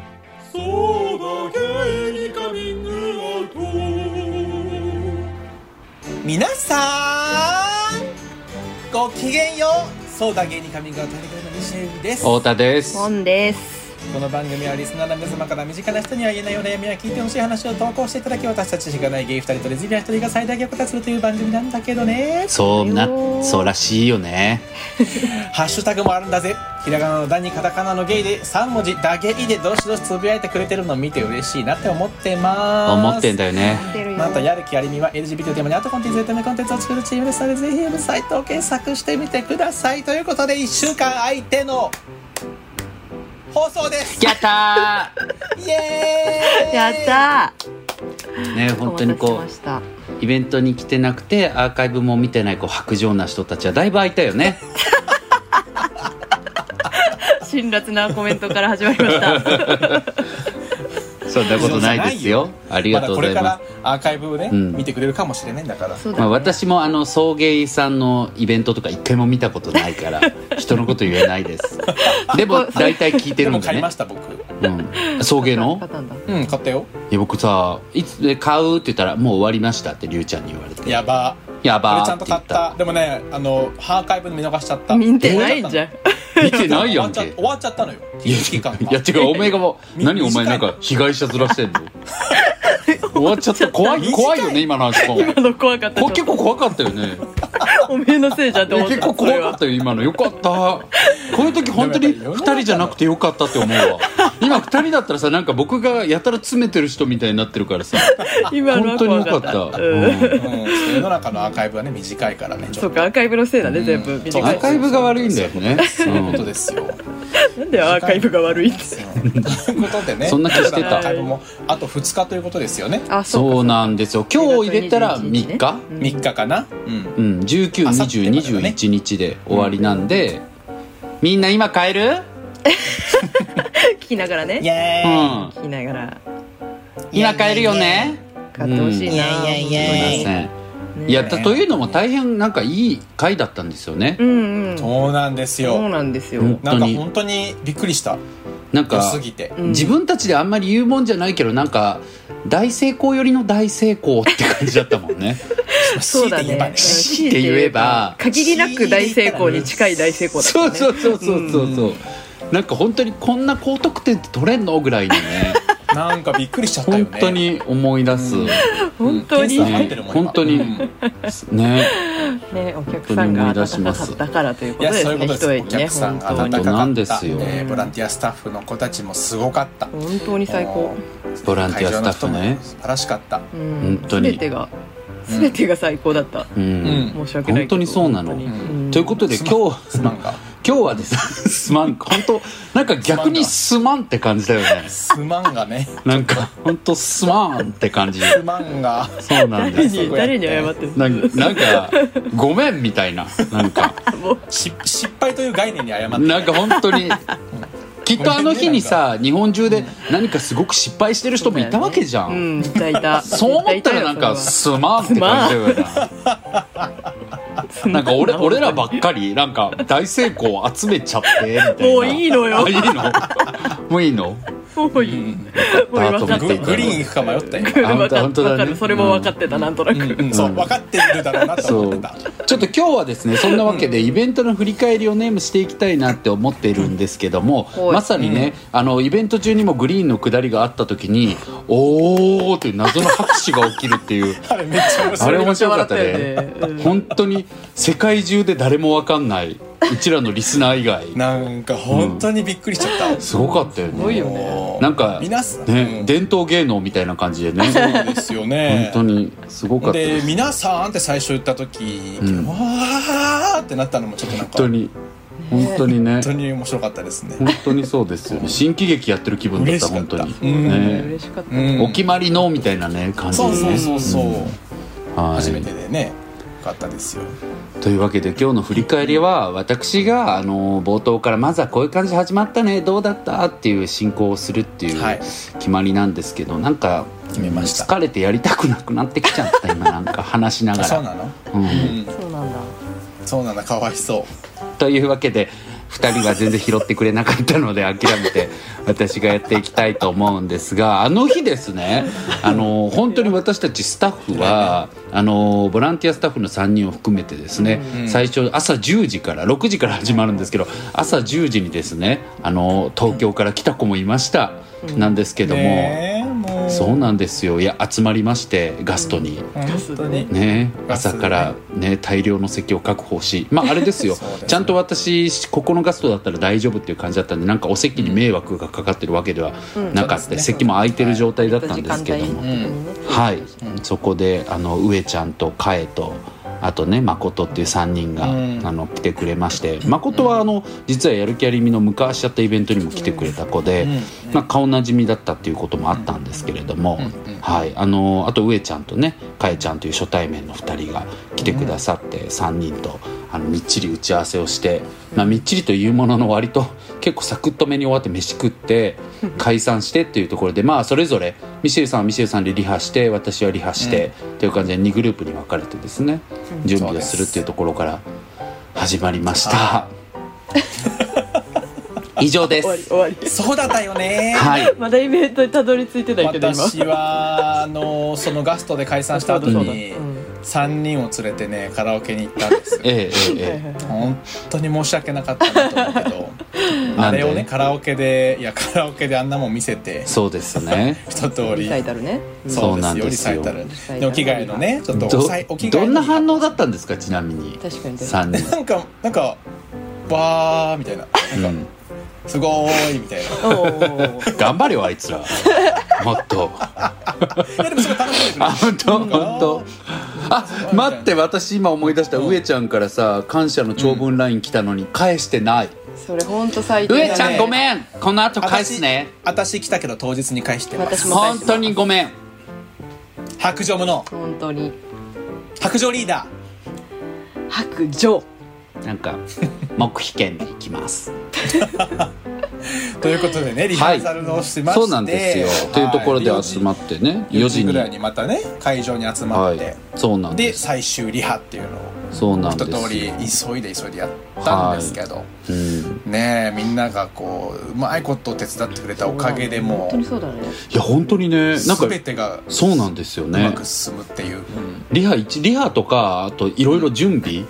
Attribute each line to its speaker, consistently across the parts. Speaker 1: そうだゲイにカミングアウト
Speaker 2: 皆さんごきげんようソーダ芸人カミングアウトの西野由美です
Speaker 3: 太田です
Speaker 4: モンです。
Speaker 2: この番組はリスナーの皆様から身近な人には言えないお悩みや聞いてほしい話を投稿していただき私たちしかないゲイ2人とレズビアン1人が最大限お答えするという番組なんだけどね
Speaker 3: そうな
Speaker 4: おはよう
Speaker 3: そうらしいよね
Speaker 2: ハッシュタグもあるんだぜひらがなの「だ」にカタカナの「ゲイ」で3文字「だゲイ」でどしどしつぶやいてくれてるのを見て嬉しいなって思ってます
Speaker 3: 思ってんだよね
Speaker 4: 出るよ。
Speaker 2: またやる気ありみは LGBT をテーマにアートコンテンツエンタメコンテンツを作るチームですのでぜひウェブサイトを検索してみてくださいということで1週間相手の放送です
Speaker 3: やった
Speaker 2: イエーイ
Speaker 4: やった
Speaker 3: ーね
Speaker 4: ー。
Speaker 3: 本当に
Speaker 4: お
Speaker 3: こ
Speaker 4: 待たせしました
Speaker 3: うイベントに来てなくてアーカイブも見てないこう白状な人たちはだいぶ空いたよね
Speaker 4: 辛辣なコメントから始まり ました。
Speaker 3: そんなことないですよありがとうござい
Speaker 2: まだ
Speaker 3: ま
Speaker 2: こ
Speaker 3: す
Speaker 2: れからアーカイブをね、
Speaker 3: うん
Speaker 2: 見てくれるかもしれないんだから
Speaker 4: そうだね
Speaker 3: まあ、私もあの送迎さんのイベントとか一回も見たことないから 人のこと言えないですでも大体聞いて
Speaker 2: で
Speaker 3: る
Speaker 2: も
Speaker 3: んだ
Speaker 2: 買い
Speaker 3: ね
Speaker 2: ました僕
Speaker 3: うん、送迎の
Speaker 4: 買ったんだ
Speaker 2: うん買ったよ
Speaker 3: いや僕さいつで買うって言ったらもう終わりましたってりゅうちゃんに言わ れて
Speaker 2: やば
Speaker 3: や
Speaker 2: こ
Speaker 3: ば
Speaker 2: れちゃん
Speaker 3: ーっ
Speaker 2: と
Speaker 3: て
Speaker 2: 買
Speaker 3: 言
Speaker 2: っ
Speaker 3: ったた
Speaker 2: でもねあのアーカイブで見逃しちゃった
Speaker 4: 見てないんじゃん。
Speaker 3: 見てないやん
Speaker 2: 終わっちゃっ
Speaker 3: け
Speaker 2: 終わっちゃったのよ
Speaker 3: いや
Speaker 2: 期間が
Speaker 3: いや違うおめえがもう
Speaker 2: み
Speaker 3: 何お
Speaker 2: 短
Speaker 3: 前ないんか被害者ずらしてんの終わっちゃった怖
Speaker 2: 短
Speaker 3: い
Speaker 2: い
Speaker 3: 怖いよね今の話も
Speaker 4: 今の怖かった。
Speaker 3: こ結構怖かったよね
Speaker 4: おめえのせいじゃんって思った。
Speaker 3: 結構怖かったよ今のよかったこういう時本当に2人じゃなくてよかったって思うわ今2人だったらさなんか僕がやたら詰めてる人みたいになってるからさ
Speaker 4: それは今
Speaker 3: 本
Speaker 4: のは
Speaker 3: 当によか
Speaker 4: 怖か
Speaker 3: っ
Speaker 4: った。
Speaker 3: た、
Speaker 4: う。
Speaker 3: うんん
Speaker 2: うん世の中のアーカイブはね短いからねち
Speaker 4: そ
Speaker 2: ょっ
Speaker 4: うかアーカイブのせいだね全
Speaker 2: う
Speaker 4: 部
Speaker 2: ん。
Speaker 4: 短
Speaker 3: ア
Speaker 4: い
Speaker 3: ーカイブが悪いんだよね
Speaker 2: とそういうこと
Speaker 3: うん
Speaker 2: ですよ
Speaker 4: なんでアーカイブが悪いって。
Speaker 2: うんということでね
Speaker 3: そんな気してた
Speaker 2: アーカイブもあと2日ということですよね
Speaker 4: あ
Speaker 3: そう
Speaker 4: か
Speaker 3: なんですよ今日入れたら3日、
Speaker 4: うん
Speaker 2: 3日かなうん
Speaker 3: うん、19、
Speaker 2: あさって
Speaker 3: 20、
Speaker 2: までだね
Speaker 3: 21日で終わりなんで、みんな今帰る
Speaker 4: 聞きながら
Speaker 2: イ
Speaker 4: ね。
Speaker 2: エ
Speaker 3: う
Speaker 2: ーイ
Speaker 3: ん。
Speaker 4: 聞きながら
Speaker 3: 今帰るよね。
Speaker 4: 買ってほしいな。
Speaker 2: いやいや
Speaker 3: す
Speaker 2: いや
Speaker 3: いません。
Speaker 4: ね
Speaker 3: いや、たというのも大変なんかいい回だったんですよね
Speaker 4: う。んうん。そ
Speaker 2: そうなんです
Speaker 4: う
Speaker 2: よ
Speaker 4: なんですよ。
Speaker 3: うん
Speaker 2: なんか
Speaker 3: 本当に
Speaker 2: 本当にびっくりした
Speaker 3: なん
Speaker 2: 良
Speaker 3: か、
Speaker 2: すぎて
Speaker 4: うん
Speaker 3: 自分たちであんまり言うもんじゃないけど、なんか、大成功よりの大成功って感じだったもん ね。
Speaker 4: そうだ
Speaker 2: 強いて言えば
Speaker 4: ね。
Speaker 3: 強いて言えば
Speaker 4: 限りなく大成功に近い大成功だった
Speaker 3: そ
Speaker 4: ね。
Speaker 3: うそうそうそうそうそう。なんか本当にこんな高得点って取れんのぐらいの ね
Speaker 2: なんかびっくりしちゃったよね
Speaker 3: 本当に思い出す、
Speaker 2: うん
Speaker 4: 本当に
Speaker 2: うん検査
Speaker 4: ね、
Speaker 2: 入ってるもん今
Speaker 3: 本当に
Speaker 2: うん
Speaker 3: ね
Speaker 4: お客さんが
Speaker 3: 本当に思い出し
Speaker 4: 温
Speaker 3: ま
Speaker 4: か
Speaker 3: す
Speaker 4: かったからというこ
Speaker 2: いや
Speaker 4: とです
Speaker 2: そういう
Speaker 4: ね。
Speaker 2: ことです、お
Speaker 4: 一
Speaker 2: 客さ
Speaker 4: 重
Speaker 2: ん
Speaker 4: にね、
Speaker 2: が
Speaker 4: 本
Speaker 2: 温か
Speaker 4: 当に。
Speaker 2: かった
Speaker 3: なんですよ
Speaker 2: ねボランティアスタッフの子たちもすごかった
Speaker 4: 本当に最高。
Speaker 3: ボランティアスタッフ
Speaker 2: 会場の
Speaker 3: ね
Speaker 2: 人も素晴らしかった
Speaker 4: うん
Speaker 3: 本当に
Speaker 4: 全てが
Speaker 2: うん
Speaker 4: 全てが最高だった。
Speaker 3: うん
Speaker 4: 申し訳ないけど。
Speaker 3: 本当にそうなの
Speaker 4: 本当に
Speaker 2: う
Speaker 3: ということで
Speaker 2: すまん
Speaker 3: 今日
Speaker 2: すまんが
Speaker 3: 今日はですね すまん本当なんか逆にすまんって感じだよね
Speaker 2: すまんがね
Speaker 3: なんか本当すまんって感じ
Speaker 2: すまんが
Speaker 3: そうなんで
Speaker 4: 誰
Speaker 3: す
Speaker 4: に
Speaker 3: よ
Speaker 4: 誰に謝ってる
Speaker 3: ななんかごめんみたいななんか
Speaker 4: もう
Speaker 2: し失敗という概念に謝って
Speaker 3: なんか本当にきっとあの日にさ日本中で何かすごく失敗してる人もいたわけじゃ
Speaker 4: うんん、いたいた。
Speaker 3: そう思ったらなんかすまんって感じだよななんか 俺俺らばっかりなんか大成功を集めちゃってみたいな
Speaker 4: もういいのよ
Speaker 3: あいいのもういいの
Speaker 4: もういい。もう分かっ
Speaker 3: グ
Speaker 2: グ
Speaker 4: てた。
Speaker 2: グリーン行くか迷ったよ
Speaker 4: 分かった
Speaker 3: 本当だね
Speaker 4: 分かるそれも分かってた、なんとな
Speaker 2: う
Speaker 4: く、
Speaker 2: んうんそう分かってるだろうなと
Speaker 3: そ
Speaker 2: 思っ
Speaker 3: う
Speaker 2: てた
Speaker 3: ちょっと今日はですねそんなわけでイベントの振り返りをねしていきたいなって思っているんですけども、
Speaker 4: うん
Speaker 3: まさにね、あのイベント中にもグリーンの下りがあった時に「おー」という謎の拍手が起きるっていう
Speaker 2: あれめっちゃ面
Speaker 3: あ
Speaker 2: 白
Speaker 3: れ
Speaker 2: い
Speaker 3: 面白かったね
Speaker 4: めっちゃ笑ったよねうん
Speaker 3: 本当に世界中で誰もわかんないうちらのリスナー以外
Speaker 2: なんか本当にびっくりしちゃった
Speaker 3: すごかったよ
Speaker 4: すごい
Speaker 3: ね
Speaker 4: よね
Speaker 2: もう
Speaker 3: なんか
Speaker 2: 皆さん
Speaker 3: ね、
Speaker 2: うん
Speaker 3: 伝統芸能みたいな感じでね
Speaker 2: そうですよね
Speaker 3: 本当にすごかったで
Speaker 2: です皆さんって最初言った時、
Speaker 3: うん
Speaker 2: わーってなったのもちょっとなん
Speaker 3: 本
Speaker 2: か
Speaker 3: 当に本当にね
Speaker 2: 本当に面白かったですね
Speaker 3: 本当にそうですよね新喜劇やってる気分だっ
Speaker 2: 嬉
Speaker 3: た
Speaker 2: しかっ
Speaker 3: 本
Speaker 2: た
Speaker 3: 当に、
Speaker 2: うん
Speaker 3: ね、
Speaker 4: 嬉しかった、
Speaker 2: うん
Speaker 3: お決まりのみたいなね感じで
Speaker 2: そう
Speaker 3: ね
Speaker 2: そうそうそう、
Speaker 3: うんはい
Speaker 2: 初めてでねよかったですよ
Speaker 3: というわけで今日の振り返りは私があの冒頭からまずはこういう感じで始まったねどうだったっていう進行をするっていう
Speaker 2: はい
Speaker 3: 決まりなんですけど、なんか
Speaker 2: 決めました
Speaker 3: 疲れてやりたくなくなってきちゃった今なんか話しな
Speaker 2: あ
Speaker 3: が
Speaker 2: そうな
Speaker 3: ら。
Speaker 2: の
Speaker 3: うん
Speaker 2: うん
Speaker 4: そうなんだ
Speaker 2: そうなんだかわいそ
Speaker 3: というわけで2人は全然拾ってくれなかったので諦めて私がやっていきたいと思うんですがあの日ですねあの本当に私たちスタッフはあのボランティアスタッフの3人を含めてですね最初朝10時から6時から始まるんですけど朝10時にですねあの東京から来た子もいましたなんですけども。
Speaker 2: ねえもう
Speaker 3: そうなんですよいや集まりましてガストに、
Speaker 2: 本当に
Speaker 3: ね
Speaker 2: ガス
Speaker 3: 朝から、ね、大量の席を確保しまああれです よ
Speaker 2: そうですね
Speaker 3: ちゃんと私ここのガストだったら大丈夫っていう感じだったんでなんかお席に迷惑がかかってるわけではなかった、
Speaker 2: うんうん
Speaker 3: 席も空いてる状態だったんですけども、
Speaker 4: 時間帯にね
Speaker 3: はい、そこであの上ちゃんとかえとあとね誠っていう3人が、
Speaker 2: うん
Speaker 3: あの来てくれまして誠はあの実はやる気ありみの昔やったイベントにも来てくれた子で、
Speaker 2: うん
Speaker 3: まあ、顔なじみだったっていうこともあったんですけれども、はい、あのあと上ちゃんとねかえちゃんという初対面の2人が来てくださって、3人とあのみっちり打ち合わせをして、まあ、みっちりというものの割と結構サクッと目に終わって飯食って解散してっていうところでまあそれぞれミシェルさんはミシェルさんでリハして私はリハして、という感じで2グループに分かれてですね準備をするっていうところから始まりました。 以上です。
Speaker 4: 終わり終わ
Speaker 2: そうだったよね
Speaker 3: はい
Speaker 4: り。まだイベントにたどり着いてないけど今。
Speaker 2: 私はあのそのガストで解散した後
Speaker 4: そうだそう
Speaker 2: に
Speaker 4: だうん
Speaker 2: 3人を連れてねカラオケに行ったんですよ
Speaker 3: ええええ
Speaker 4: はい
Speaker 3: え
Speaker 4: はい
Speaker 3: え
Speaker 4: はい
Speaker 2: 本当に申し訳なかったなと思うけどあれを
Speaker 3: な
Speaker 2: ね
Speaker 3: んで
Speaker 2: カラオケでいやカラオケであんなもん見せて
Speaker 3: そうですね
Speaker 2: 一通
Speaker 4: リ
Speaker 2: り
Speaker 4: サイタルね。
Speaker 2: そう
Speaker 3: そうなん
Speaker 2: で
Speaker 3: ですす
Speaker 2: よ
Speaker 3: よ
Speaker 2: リサイタル
Speaker 4: リサイタル
Speaker 2: でお着替えのね ちょっと
Speaker 3: ど
Speaker 2: おさいお着替え
Speaker 3: どんな反
Speaker 2: 応
Speaker 3: 応だったんですかちなみに
Speaker 4: 確かに確か
Speaker 3: 3人
Speaker 2: なんかなんかバーみたいな
Speaker 3: う
Speaker 2: なん
Speaker 3: ん
Speaker 2: かすごーいみたいな
Speaker 4: に。おお。
Speaker 3: 頑張れよあいつらもっと
Speaker 2: いやでもすごい楽しみですね
Speaker 3: あ本当本当あ待って私今思い出した上ちゃんからさ感謝の長文 LINE 来たのに返してない
Speaker 4: それ本当最低だね。
Speaker 3: 上ちゃんごめんこの後返すね
Speaker 2: 私私来たけど当日に返してます
Speaker 4: 私も返
Speaker 3: 本
Speaker 4: します
Speaker 3: 当にごめん
Speaker 2: 白状無能
Speaker 4: 本当に
Speaker 2: 白状リーダ
Speaker 4: 白状。
Speaker 3: なんか黙秘権でいきます
Speaker 2: ーということでねリハーサルをしまして、
Speaker 3: そうなんですよというところで集ま
Speaker 2: っ
Speaker 3: ってね
Speaker 2: 4
Speaker 3: 4
Speaker 2: 時
Speaker 3: 時
Speaker 2: ぐ
Speaker 3: に
Speaker 2: らいにまたね会場に集ま
Speaker 3: は
Speaker 2: って、
Speaker 3: いそうなん
Speaker 2: で
Speaker 3: です
Speaker 2: 最終リハっていうのを
Speaker 3: そうなん
Speaker 2: 一
Speaker 3: ですよ
Speaker 2: 通り急いで急いでやったんですけど、
Speaker 3: うん
Speaker 2: ねえみんながこううまいことを手伝ってくれたおかげでも
Speaker 4: 本当に
Speaker 2: う
Speaker 4: そうだね。
Speaker 3: いや本当にねなんか
Speaker 2: 全てがう
Speaker 3: そうなんですよ
Speaker 2: ま
Speaker 3: ね
Speaker 2: く進むっていう、
Speaker 3: リハ一リハとかあといろいろ準備、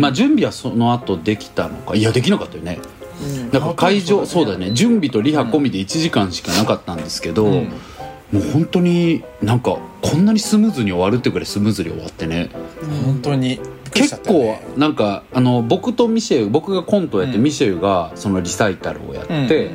Speaker 3: まあ準備はその後できたのかいやできなかったよね、なんか会場そうだね準備とリハ込みで1時間しかなかったんですけど、
Speaker 2: ん
Speaker 3: もう本当になんかこんなにスムーズに終わるっていうくらいスムーズに終わってね
Speaker 2: 本当に
Speaker 3: 結構なんかあの僕とミシェル僕がコントをやって、
Speaker 2: うん
Speaker 3: ミシェルがそのリサイタルをやって、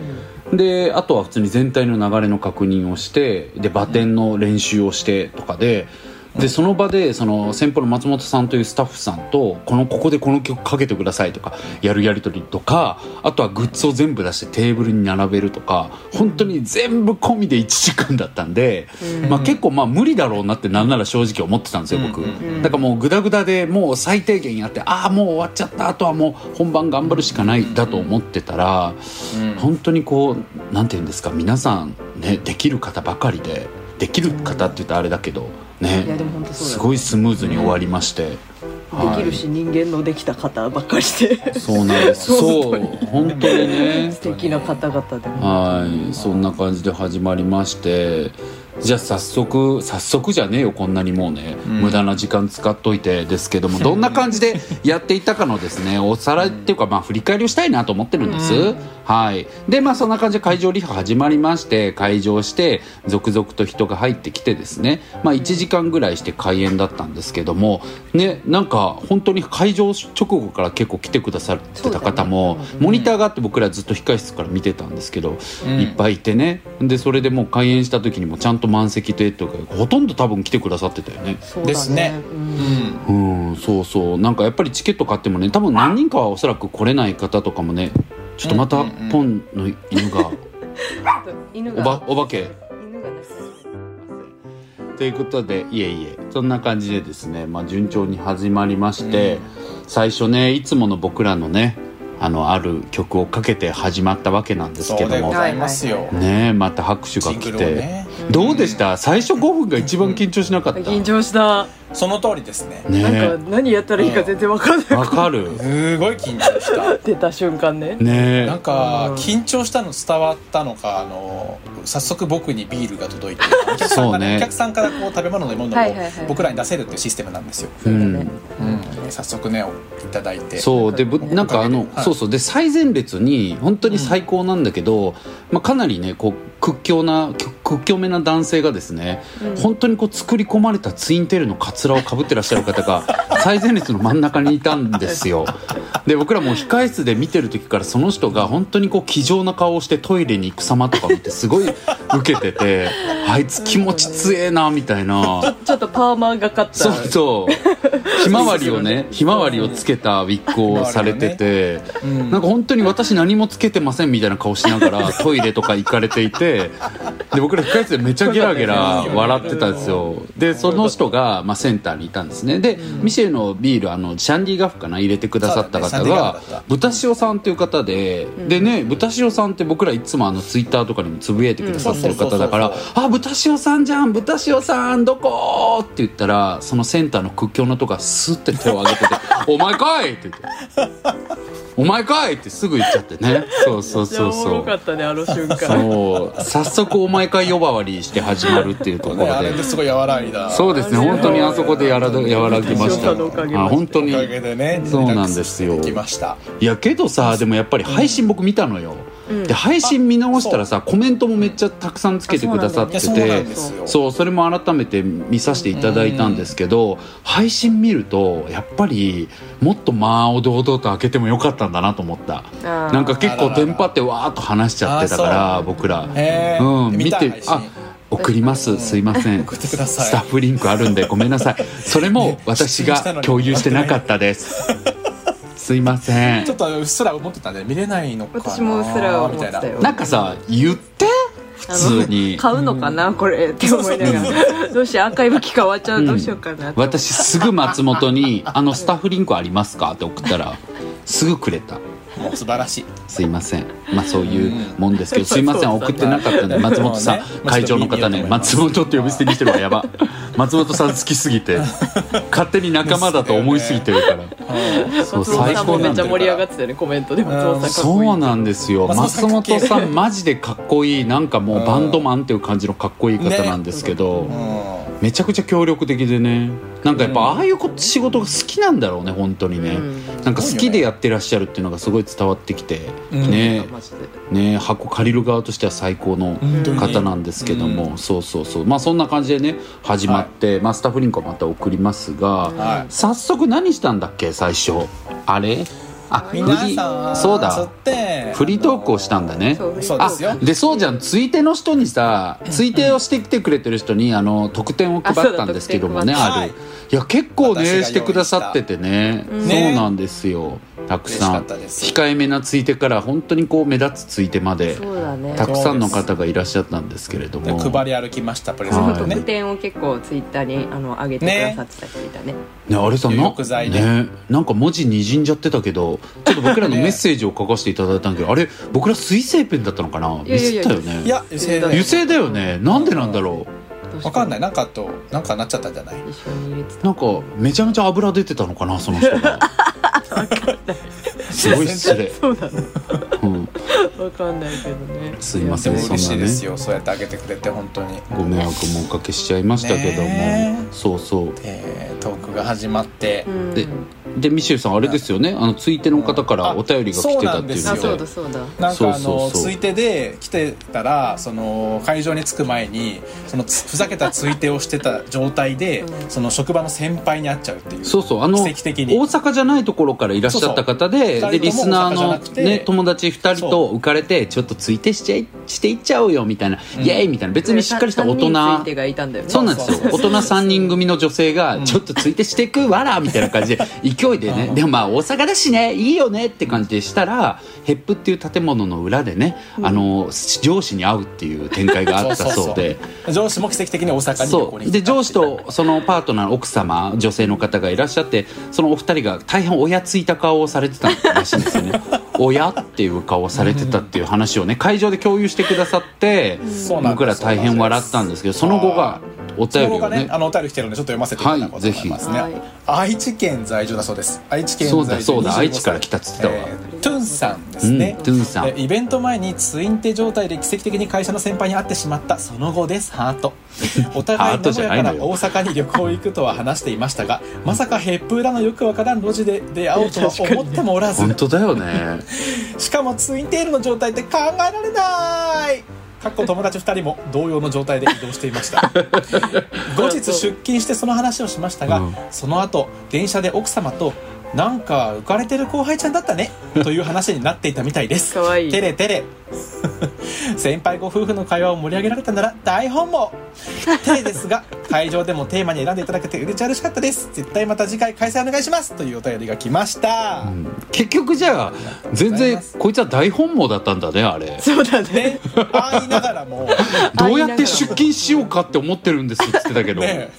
Speaker 2: う
Speaker 3: であとは普通に全体の流れの確認をしてでバテンの練習をしてとかで。でその場でその先方の松本さんというスタッフさんとこのここでこの曲かけてくださいとかやるやり取りとかあとはグッズを全部出してテーブルに並べるとか本当に全部込みで1時間だったんで、まあ、結構まあ無理だろうなってなんなら正直思ってたんですよ僕、
Speaker 2: うんうん
Speaker 3: だからもうグダグダでもう最低限やってああもう終わっちゃったあとはもう本番頑張るしかないだと思ってたら、
Speaker 2: うん
Speaker 3: 本当にこうなんていうんですか皆さんねできる方ばかりでできる方って言ったらあれだけど
Speaker 4: いや
Speaker 3: ね
Speaker 4: でも本当そうだね
Speaker 3: すごいスムーズに終わりまして、
Speaker 4: できるし人間のできた方ばっかりで。
Speaker 3: そうなんですそう本当にね
Speaker 4: 素敵な方々でも。
Speaker 3: はいそんな感じで始まりましてじゃあ早速早速じゃねえよこんなにもうね、無駄な時間使っといてですけど もどんな感じでやっていたかのですねおさらいっていうかまあ振り返りをしたいなと思ってるんです、はいでまあそんな感じで会場リハ始まりまして会場して続々と人が入ってきてですねまあ1時間ぐらいして開演だったんですけどもねなんか本当に会場直後から結構来てくださってた方も、モニターがあって僕らずっと控室から見てたんですけど、
Speaker 2: ん
Speaker 3: いっぱいいてねでそれでもう開演した時にもちゃんと満席というかほとんど多分来てくださってたよね
Speaker 4: そうだ
Speaker 2: ですね
Speaker 4: うん
Speaker 2: うん
Speaker 3: うんそうそうなんかやっぱりチケット買ってもね多分何人かはおそらく来れない方とかもねちょっとまた
Speaker 2: うんうんうん
Speaker 3: ポンの犬が
Speaker 4: 犬
Speaker 3: お
Speaker 4: が
Speaker 3: ばお化け
Speaker 4: 犬が鳴き
Speaker 3: ということでいえいえそんな感じでですね、まあ、順調に始まりまして、最初ねいつもの僕らのねあのある曲をかけて始まったわけなんです
Speaker 2: そ
Speaker 3: け
Speaker 2: う
Speaker 3: ど
Speaker 2: でご
Speaker 3: も
Speaker 2: ざいますよ、
Speaker 3: ねえまた拍手が
Speaker 2: ジン
Speaker 3: 来
Speaker 2: グ
Speaker 3: て、
Speaker 2: ルをね
Speaker 3: どうでした最初5分が一番緊張しなかった、
Speaker 4: 緊張した、
Speaker 2: その通りですね
Speaker 4: な
Speaker 3: ね
Speaker 4: んか何やったらいいか全然わかんな
Speaker 3: え
Speaker 4: い
Speaker 3: わ かる
Speaker 2: すごい緊張した
Speaker 4: 出た瞬間ね
Speaker 3: ね
Speaker 2: なんか緊張したの伝わったのかあの早速僕にビールが届いてお客さん
Speaker 3: そ
Speaker 2: か
Speaker 3: う
Speaker 2: ら,、
Speaker 3: ね
Speaker 2: お客さんからこう食べ物のもの
Speaker 4: は
Speaker 2: を
Speaker 4: いはいはい
Speaker 2: 僕らに出せるっていうシステムなんですよ、
Speaker 3: え、う
Speaker 4: ね
Speaker 3: ん、
Speaker 2: うん早速ねいただいて
Speaker 3: そうでぶなんかあの、
Speaker 2: はい
Speaker 3: そうそうで最前列に本当に最高なんだけど、まあ、かなりねこう屈強な屈屈強めな男性がですね、
Speaker 4: うん
Speaker 3: 本当にこう作り込まれたツインテールのカツラをかぶってらっしゃる方が最前列の真ん中にいたんですよで僕らもう控室で見てる時からその人が本当にこう気丈な顔をしてトイレに行く様とか見てすごい受けててあいつ気持ち強えなみたいな。
Speaker 4: ちょっとパーマがかった
Speaker 3: そうそうひまわりをねひまわりをつけたウィッグをされてて、
Speaker 2: うん
Speaker 3: なんか本当に私何もつけてませんみたいな顔しな がらトイレとか行かれていてで僕ら控室でめちゃゲラゲラ笑ってたんですよでその人が、まあ、センターにいたんですねでミシェルのビールあのシャンディガフかな入れてくださった
Speaker 2: そうだねシャン
Speaker 3: 方
Speaker 2: ディガ
Speaker 3: が
Speaker 2: フだった
Speaker 3: 豚塩さんという方ででね豚塩さんって僕らいつもあのツイッターとかにもつぶやいてくださってる方だか
Speaker 2: う
Speaker 3: ら
Speaker 2: んそうそうそうそう
Speaker 3: 「あ豚塩さんじゃん豚塩さんどこ?」って言ったらそのセンターの屈強のとかスッて手を挙 げてて「お前かい!」って言って。お前かいってすぐ言っちゃって ね。そうそう
Speaker 4: めっちゃ
Speaker 3: そ
Speaker 4: お
Speaker 3: う
Speaker 4: も
Speaker 3: そ
Speaker 4: ろか
Speaker 3: う。
Speaker 4: ったねあの瞬間
Speaker 3: そう、早速お前かい呼ばわりして始まるっていうとこ
Speaker 2: ね
Speaker 3: ろ
Speaker 2: あれ
Speaker 3: で
Speaker 2: で。すごい和らいだ
Speaker 3: そうですね、本当にあそこでやらど、和らぎました。
Speaker 4: おかげで
Speaker 3: あ、本当
Speaker 2: お
Speaker 3: に。
Speaker 2: かげ
Speaker 3: い
Speaker 2: でね
Speaker 3: そうなんですよ
Speaker 2: リラックスできました
Speaker 3: や、けどさ、でもやっぱり配信僕見たのよ。で、配信見直したらさ、コメントもめっちゃたくさんつけてくださっ
Speaker 2: いや
Speaker 3: て
Speaker 2: そうな
Speaker 3: て
Speaker 2: ん。ですよ
Speaker 3: そうそれも改めて見させていただいたんですけど、配信見るとやっぱりもっとまあおどおどと開けてもよかったんだなと思った
Speaker 4: あー
Speaker 3: なんか結構テンパってわーっと話しちゃってたか
Speaker 2: あ
Speaker 3: ら
Speaker 2: ー
Speaker 3: 僕ら
Speaker 2: へー
Speaker 3: うん
Speaker 2: 見
Speaker 3: 見
Speaker 2: た
Speaker 3: て
Speaker 2: 配信
Speaker 3: あ送りますすいません送
Speaker 2: ってください
Speaker 3: スタッフリンクあるんでごめん なさいそれも私
Speaker 2: 出演したの
Speaker 3: が
Speaker 2: に
Speaker 3: 共有してなかったですすいません
Speaker 2: ちょっとうっすら思ってたんで見れないのかな
Speaker 4: 私もうっすら思って
Speaker 2: み
Speaker 4: た
Speaker 2: いな
Speaker 4: よ
Speaker 3: なんかさ言って普通に
Speaker 4: 買うのかなこれって思いながらどうしようアーカイブ期間終わっちゃうどうしようかなって
Speaker 3: 私すぐ松本に「あのスタッフリンクありますか?」って送ったらすぐくれた
Speaker 2: もう素晴らしい
Speaker 3: すいませんまあそういうもんですけどすいません送ってなかったんで松本さん
Speaker 2: そうね
Speaker 3: 会長の方ね松本って呼び捨てにしてるわやば松本さん好きすぎ て勝手に仲間だと思いすぎてるからそう
Speaker 4: 松本
Speaker 3: 最
Speaker 4: さん
Speaker 3: 高
Speaker 4: も
Speaker 3: な
Speaker 4: め
Speaker 3: んだ
Speaker 4: っちゃ
Speaker 3: よ
Speaker 4: 盛り上がってたよねコメントで松本さんかっこいい
Speaker 3: そうなんですよ
Speaker 2: 松
Speaker 3: 松
Speaker 2: 本
Speaker 3: 本
Speaker 2: さ
Speaker 3: さんマジでかっこいいなんかもうバンドマンっていう感じのかっこいい方なんですけど、
Speaker 2: うん
Speaker 3: めちゃくちゃ協力的でねなんかやっぱああいうこと仕事が好きなんだろうね本当にね、
Speaker 4: うん
Speaker 3: なんか好きでやってらっしゃるっていうのがすごい伝わってきて、
Speaker 2: うん
Speaker 3: ね
Speaker 4: マジで
Speaker 3: ね箱借りる側としては最高の
Speaker 2: 本当に
Speaker 3: 方なんですけども、そうそうそうまあそんな感じでね始まって、まあ、スタッフリンクはまた送りますが、
Speaker 2: は
Speaker 3: 早速何したんだっけ最初あれあ
Speaker 2: い皆さん
Speaker 3: そう
Speaker 2: そ
Speaker 3: だ
Speaker 2: って
Speaker 3: フリートークをしたんだね
Speaker 4: そう
Speaker 2: そう
Speaker 3: あ
Speaker 2: ですよ
Speaker 3: でそうじゃんついての人にさついてをしてきてくれてる人にあの特典を配ったんですけどもね
Speaker 4: あ
Speaker 2: そうだ
Speaker 3: ある、い、や結構
Speaker 2: 私が用意し
Speaker 3: ね
Speaker 2: た
Speaker 3: してくださっててね、
Speaker 2: ん
Speaker 3: そうなんですよたく
Speaker 2: 嬉しか
Speaker 3: さん
Speaker 2: ったです
Speaker 3: 控えめなついてから本当にこう目立つついてまで
Speaker 4: そうだね
Speaker 3: たくさんの方がいらっしゃったんですけれど
Speaker 2: で
Speaker 3: も
Speaker 2: 配り歩きましたプレゼ
Speaker 4: その
Speaker 2: ント
Speaker 4: 特
Speaker 2: ね
Speaker 4: 典を結構ツイッターにあの上げてくださってた人いたね
Speaker 3: ね、あれさな
Speaker 2: 欲材で
Speaker 3: ねなんか文字にじんじゃってたけ どちょっと僕らの
Speaker 2: ね
Speaker 3: メッセージを書かせていただいたんだけどあれ僕ら水性ペンだったのかなミ
Speaker 4: いやいやい
Speaker 3: ス
Speaker 4: や
Speaker 3: ったよ
Speaker 2: い
Speaker 3: ね
Speaker 2: や油性だ
Speaker 3: 油性だよねなんでなんだろう
Speaker 2: わかんないいなんかとなんかなっちゃったんじゃない
Speaker 4: 一緒に入れてた
Speaker 3: なんかめちゃめちゃ油出てたのかなその人がすごい失礼、
Speaker 4: そうだね
Speaker 3: うん、
Speaker 4: わかんないけどね
Speaker 3: すいま
Speaker 2: で
Speaker 3: せん
Speaker 2: も
Speaker 3: そんな
Speaker 2: 嬉しいで
Speaker 3: ね
Speaker 2: すよそうやってあげてくれて本当に
Speaker 3: ご迷惑もおかけしちゃいましたけども、
Speaker 2: ね
Speaker 3: そうそう
Speaker 2: えートークが始まって
Speaker 4: うん
Speaker 3: ででミシェルさんあれですよねあのついての方からお便りが来てたっていう
Speaker 2: そ
Speaker 4: あ
Speaker 2: う
Speaker 4: そう
Speaker 3: の
Speaker 4: だ
Speaker 3: で
Speaker 4: そうだ
Speaker 2: なん
Speaker 3: そう
Speaker 2: かあ
Speaker 3: そ
Speaker 2: の
Speaker 3: うそう
Speaker 2: ついてで来てたらその会場に着く前にそのつふざけたついてをしてた状態で
Speaker 4: うん
Speaker 2: その職場の先輩に会っちゃうっていう
Speaker 3: そうそうあの
Speaker 2: 奇
Speaker 3: 大
Speaker 2: 跡的に
Speaker 3: 阪じゃないところからいらっしゃった方
Speaker 2: そ
Speaker 3: で
Speaker 2: うそう
Speaker 3: でリスナ
Speaker 2: 二人とも大
Speaker 3: ーの
Speaker 2: 阪じゃなく、て
Speaker 3: ね、友達2人と浮かれてちょっとついてしちゃいしていっちゃおうよみたいな、イエーイみたいな別にしっかりした大人
Speaker 4: 三人ついてがいたんだよね
Speaker 3: そうなんですよ
Speaker 2: そうそう
Speaker 3: 大人3人組の女性がちょっとついてしてくわらみたいな感じで勢勢いでね、
Speaker 2: うん
Speaker 3: でもまあ大阪だしねいいよねって感じでしたらヘップっていう建物の裏でね、あの上司に会うっていう展開があったそうで。
Speaker 2: 上司も奇跡的に大阪に旅
Speaker 3: そ
Speaker 2: 行に来
Speaker 3: う
Speaker 2: た
Speaker 3: で上司とそのパートナーの奥様女性の方がいらっしゃってそのお二人が大変親ついた顔をされてたらしいんですよね親っていう顔をされてたっていう話をね会場で共有してくださって
Speaker 2: そうなんです
Speaker 3: 僕ら大変笑ったんですけどその後がお
Speaker 2: そ
Speaker 3: 便り
Speaker 2: の
Speaker 3: を
Speaker 2: がね
Speaker 3: ね
Speaker 2: あのお便り来てるのでちょっと読ませていただこうと思いますね、
Speaker 4: はいぜひ
Speaker 2: 愛知県在住だそうです愛知県在住
Speaker 3: そうだそうだ
Speaker 2: 25歳
Speaker 3: 愛知から来たっつってたわ
Speaker 2: ートゥンさんですね、
Speaker 3: うんトゥンさん
Speaker 2: えイベント前にツインテ状態で奇跡的に会社の先輩に会ってしまったその後ですハー トお互い
Speaker 3: ハー
Speaker 2: 名
Speaker 3: トじ
Speaker 2: 古
Speaker 3: ゃ
Speaker 2: 屋
Speaker 3: ない
Speaker 2: から
Speaker 3: のよ
Speaker 2: 大阪に旅行行くとは話していましたがまさかヘップ裏のよくわからん路地で出会おうとは思ってもおらず
Speaker 3: 本当だよね
Speaker 2: しかもツインテールの状態って考えられないかっこ友達2人も同様の状態で移動していました 後日出勤してその話をしましたが、
Speaker 3: うん
Speaker 2: その後電車で奥様となんか浮かれてる後輩ちゃんだったねという話になっていたみたいです
Speaker 4: かわいい
Speaker 2: てれて れ先輩ご夫婦の会話を盛り上げられたなら大本望てれですが会場でもテーマに選んでいただけて嬉しかったです絶対また次回開催お願いしますというお便りが来ました、
Speaker 3: 結局じゃあ全然こいつは大本望だったんだねあれ
Speaker 4: そうだね
Speaker 2: ね、ああ言いながらも、
Speaker 3: どうやって出勤しようかって思ってるんですっつって たけど、
Speaker 2: ね、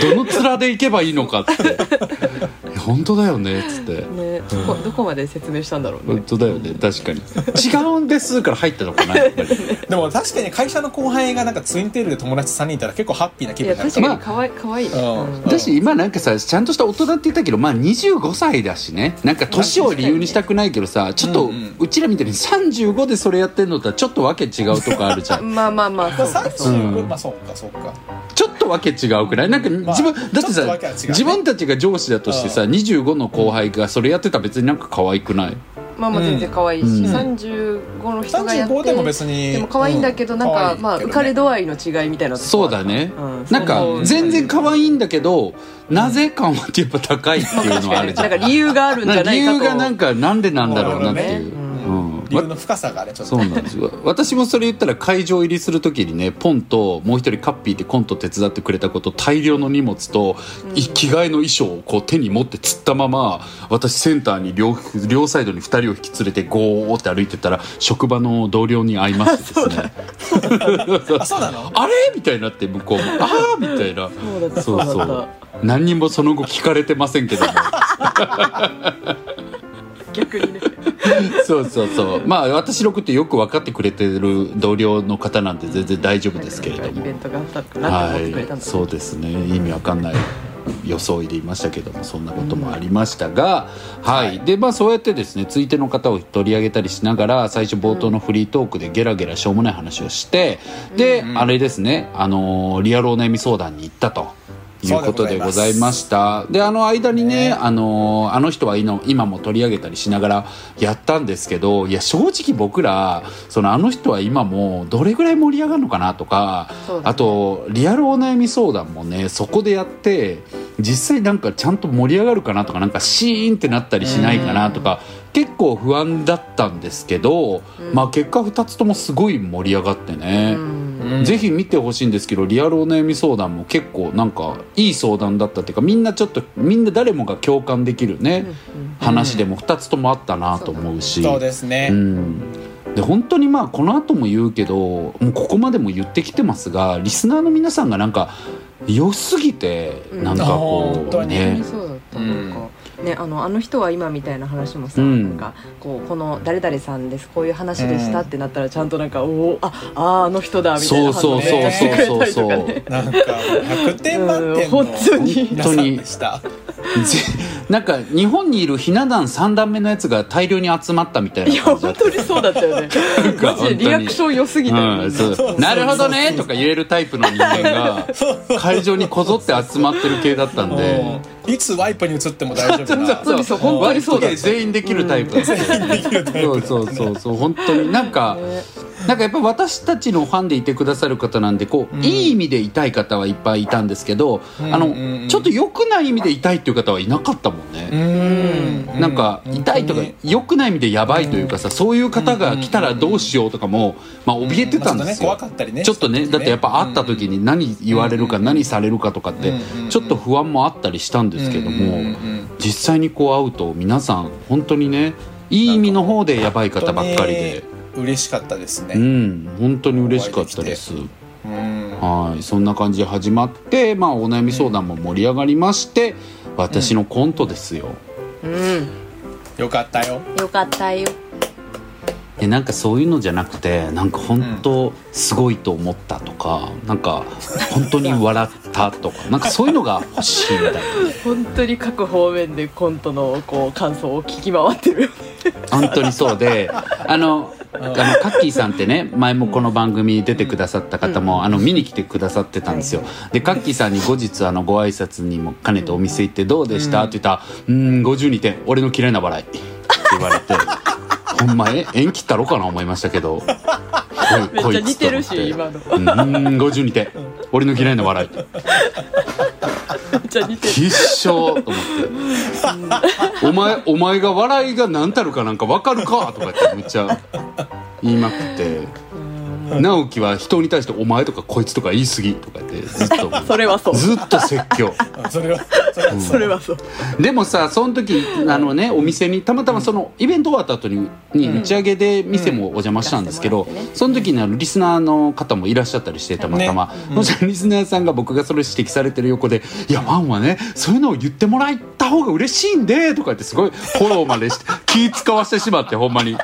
Speaker 3: どの面で行けばいいのかって 本当だよねっつって
Speaker 4: ねどこどこまで説明したんだろう
Speaker 3: 本
Speaker 4: ね
Speaker 3: 当だよね確かに違うんですから入ったのかなやっぱり
Speaker 2: でも確かに会社の後輩がなんかツインテールで友達3人いたら結構ハッピーな気
Speaker 4: い
Speaker 2: 分
Speaker 4: や
Speaker 2: になる
Speaker 4: 確かにかわいかわいい、
Speaker 2: うん
Speaker 3: だし今なんかさちゃんとした大人って言ったけどまあ25歳だしねなんか年を理由にしたくないけどさちょっと
Speaker 2: うんうん
Speaker 3: うちらみたいに35でそれやってんのとはちょっとわけ違うとこあるじゃん
Speaker 4: まあまあまあ
Speaker 2: ま
Speaker 4: そ
Speaker 2: あ
Speaker 4: うかそう
Speaker 2: 35、
Speaker 3: うん
Speaker 2: まあそうかそうか
Speaker 3: ちょっとわけ違うくないなんか
Speaker 2: まあ
Speaker 3: 自分だっ
Speaker 2: ちょ
Speaker 3: て
Speaker 2: っと
Speaker 3: さ
Speaker 2: わけは違うね
Speaker 3: 自分たちが上司だとしてさ
Speaker 2: う
Speaker 3: 25の後輩がそれやってたら別になんか可愛くない
Speaker 4: まあまあ全然可愛いし、
Speaker 3: うん
Speaker 4: 35の人がやって
Speaker 2: 35でも別に
Speaker 4: でも可愛いんだけど、なんか、まあ浮かれ
Speaker 2: ど
Speaker 4: 度合いの違いみたいなとこ
Speaker 3: そうだね、
Speaker 4: うん
Speaker 3: なんか
Speaker 4: そう
Speaker 3: 全然可愛いんだけど、なぜ感はやっぱ高いっていうのはあるじゃ
Speaker 4: なん
Speaker 3: ん
Speaker 4: か理由があるんじ
Speaker 3: な
Speaker 4: ゃ
Speaker 3: んか
Speaker 4: な
Speaker 3: 理
Speaker 4: いかと
Speaker 3: 由がなんかなんでなんだろうなっていう、
Speaker 4: なる
Speaker 3: う
Speaker 4: ほどね
Speaker 3: ん
Speaker 2: 理由の深さがねちょっ
Speaker 3: そ
Speaker 2: と
Speaker 3: うなんです よ私もそれ言ったら会場入りする時にねポンともう一人カッピーってコント手伝ってくれたこと大量の荷物と、い着替えの衣装をこう手に持ってつったまま私センターに両両サイドに2人を引き連れてゴーって歩いてたら職場の同僚に会いましてですね
Speaker 2: あそうなの
Speaker 3: あれみたいになって向こうも「ああ!」みたいな
Speaker 4: そうだった
Speaker 3: そう
Speaker 4: そう
Speaker 3: そ
Speaker 4: だっ
Speaker 3: う何にもその後聞かれてませんけども
Speaker 4: た逆にね
Speaker 3: そうそうそうまあ私のことよく分かってくれてる同僚の方なんで全然大丈夫ですけれど
Speaker 4: イ
Speaker 3: も
Speaker 4: ベントがあったかなっ
Speaker 3: は
Speaker 4: て思ってくれたん
Speaker 3: い
Speaker 4: だ
Speaker 3: そうですね意味わかんない装いでいましたけどもそんなこともありましたが、はい、でまあそうやってですねついての方を取り上げたりしながら最初冒頭のフリートークでゲラゲラしょうもない話をして、で、あれですねあのーリアルお悩み相談に行ったと。いうことでございました。で、あの間にね、あのー、あの人は今今も取り上げたりしながらやったんですけど、いや、正直僕ら、そのあの人は今もどれぐらい盛り上がるのかなとか、
Speaker 4: そうだね
Speaker 3: あと、リアルお悩み相談もね、そこでやって、実際なんかちゃんと盛り上がるかなとか、なんかシーンってなったりしないかなとか、結構不安だったんですけど、まあ結果2つともすごい盛り上がってね。
Speaker 4: うん
Speaker 3: ぜひ見てほしいんですけどリアルお悩み相談も結構なんかいい相談だったっていうかみんなちょっとみんな誰もが共感できるね、話でも2つともあったなと思うし、
Speaker 2: そうですね、
Speaker 3: うん、で本当にまあこの後も言うけどもうここまでも言ってきてますがリスナーの皆さんがなんか良すぎて
Speaker 4: うん
Speaker 3: なんかこ
Speaker 2: 本
Speaker 3: う
Speaker 2: 当に
Speaker 4: 本当に
Speaker 3: ね、
Speaker 4: そうだった、なんかね、あのあの人は今みたいな話もさ、
Speaker 3: うん
Speaker 4: なんかこうこの誰々さんですこういう話でした
Speaker 2: うん
Speaker 4: ってなったらちゃんとなんか、おおああーあの人だみたい
Speaker 3: そ
Speaker 4: な
Speaker 3: う
Speaker 4: 反応
Speaker 3: そう
Speaker 4: を
Speaker 3: そう
Speaker 4: して
Speaker 3: そうそう
Speaker 4: くれたりと
Speaker 3: そ
Speaker 4: か
Speaker 3: う
Speaker 4: ね。
Speaker 2: なんか100点満点
Speaker 4: う
Speaker 2: の
Speaker 4: ん本当に
Speaker 2: 皆さんでした
Speaker 3: ぜなんか日本にいるひな壇3段目のやつが大量に集まったみたい
Speaker 4: い
Speaker 3: な
Speaker 4: や
Speaker 3: 感じだ
Speaker 4: 本
Speaker 3: った
Speaker 4: 当にそうだった よね。
Speaker 3: か
Speaker 4: マジでリアクション良すぎたよね、
Speaker 3: うん、そうなるほどねとか言えるタイプの人間が会場にこぞって集まってる系だったんで。
Speaker 2: うんいつワイプに映っても大丈夫な
Speaker 4: 当にそう本当にそうだ
Speaker 3: 割とね全員できるタイプだった、
Speaker 2: 全員できるタイプ
Speaker 3: そうそうそうそう本当になんか、なんかやっぱ私たちのファンでいてくださる方なんでこう、
Speaker 2: うん
Speaker 3: いい意味で痛い方はいっぱいいたんですけど、
Speaker 2: うん
Speaker 3: あ
Speaker 2: うんうん
Speaker 3: のちょっと良くない意味で痛いっていう方はいなかったもんね、
Speaker 2: ん
Speaker 3: なんか
Speaker 2: うん
Speaker 3: 痛いとか
Speaker 2: 本当に
Speaker 3: 良くない意味でやばいというかさ、そういう方が来たらどうしようとかも、まあ、怯えてたんですよ、
Speaker 2: まあちょっとね怖かったりね
Speaker 3: ちょっとねだってやっぱ会った時に何言われるか何されるかとかって
Speaker 2: うん
Speaker 3: ちょっと不安もあったりしたんですけど
Speaker 2: うんうん
Speaker 3: も
Speaker 2: うん
Speaker 3: 実際にこう会うと皆さん本当にねいい意味の方でやばい方ばっかりで。
Speaker 2: 本当に嬉しかったです
Speaker 3: う
Speaker 2: ね
Speaker 3: ん、本当に嬉しかったです。
Speaker 2: うん
Speaker 3: はい、そんな感じで始まって、まあお悩み相談も盛り上がりまして、私のコントですよ。
Speaker 4: うん
Speaker 2: よかったよ
Speaker 4: よかったよ
Speaker 3: えなんかそういうのじゃなくてなんか本当すごいと思ったとか、なんか本当に笑った とかなんかそういうのが欲しいみたいな
Speaker 4: 本当に各方面でコントのこう感想を聞き回ってるよね
Speaker 3: 本当にそうであのあのカッキーさんってね前もこの番組に出てくださった方も、あの見に来てくださってたんですよ、でカッキーさんに後日あのご挨拶にも兼ねてお店行って「どうでした?」って言ったら「うーん52点俺の嫌いな笑い」って言われ てほんまえ縁切ったろかな思いましたけど
Speaker 4: めっ
Speaker 3: こい
Speaker 4: ち
Speaker 3: こ
Speaker 4: ゃ
Speaker 3: い
Speaker 4: 似
Speaker 3: つと思
Speaker 4: て
Speaker 3: っ
Speaker 4: る
Speaker 3: て
Speaker 4: し今の
Speaker 3: うーん52点俺の嫌いな笑い
Speaker 4: めっちゃ似てる
Speaker 3: 必勝と思って「お前お前が笑いが何たるかなんか分かるか」とかってむっちゃ言いまくって直樹は人に対して「お前」とか「こいつ」とか言い過ぎとかってずっと
Speaker 4: それはそう
Speaker 3: ずっと説教
Speaker 2: うんそれはそれは
Speaker 4: それはそう
Speaker 3: でもさその時あのねお店にたまたまそのイベント終わった後にに打ち上げで店もお邪魔したんですけど、
Speaker 4: うんうん
Speaker 3: その時にあのリスナーの方もいらっしゃったりしてたまたま、そしたらリスナーさんが僕がそれ指摘されてる横で「いやワンはねそういうのを言ってもらった方が嬉しいんで」とか言ってすごいフォローまでして気使わせてしまってほんまに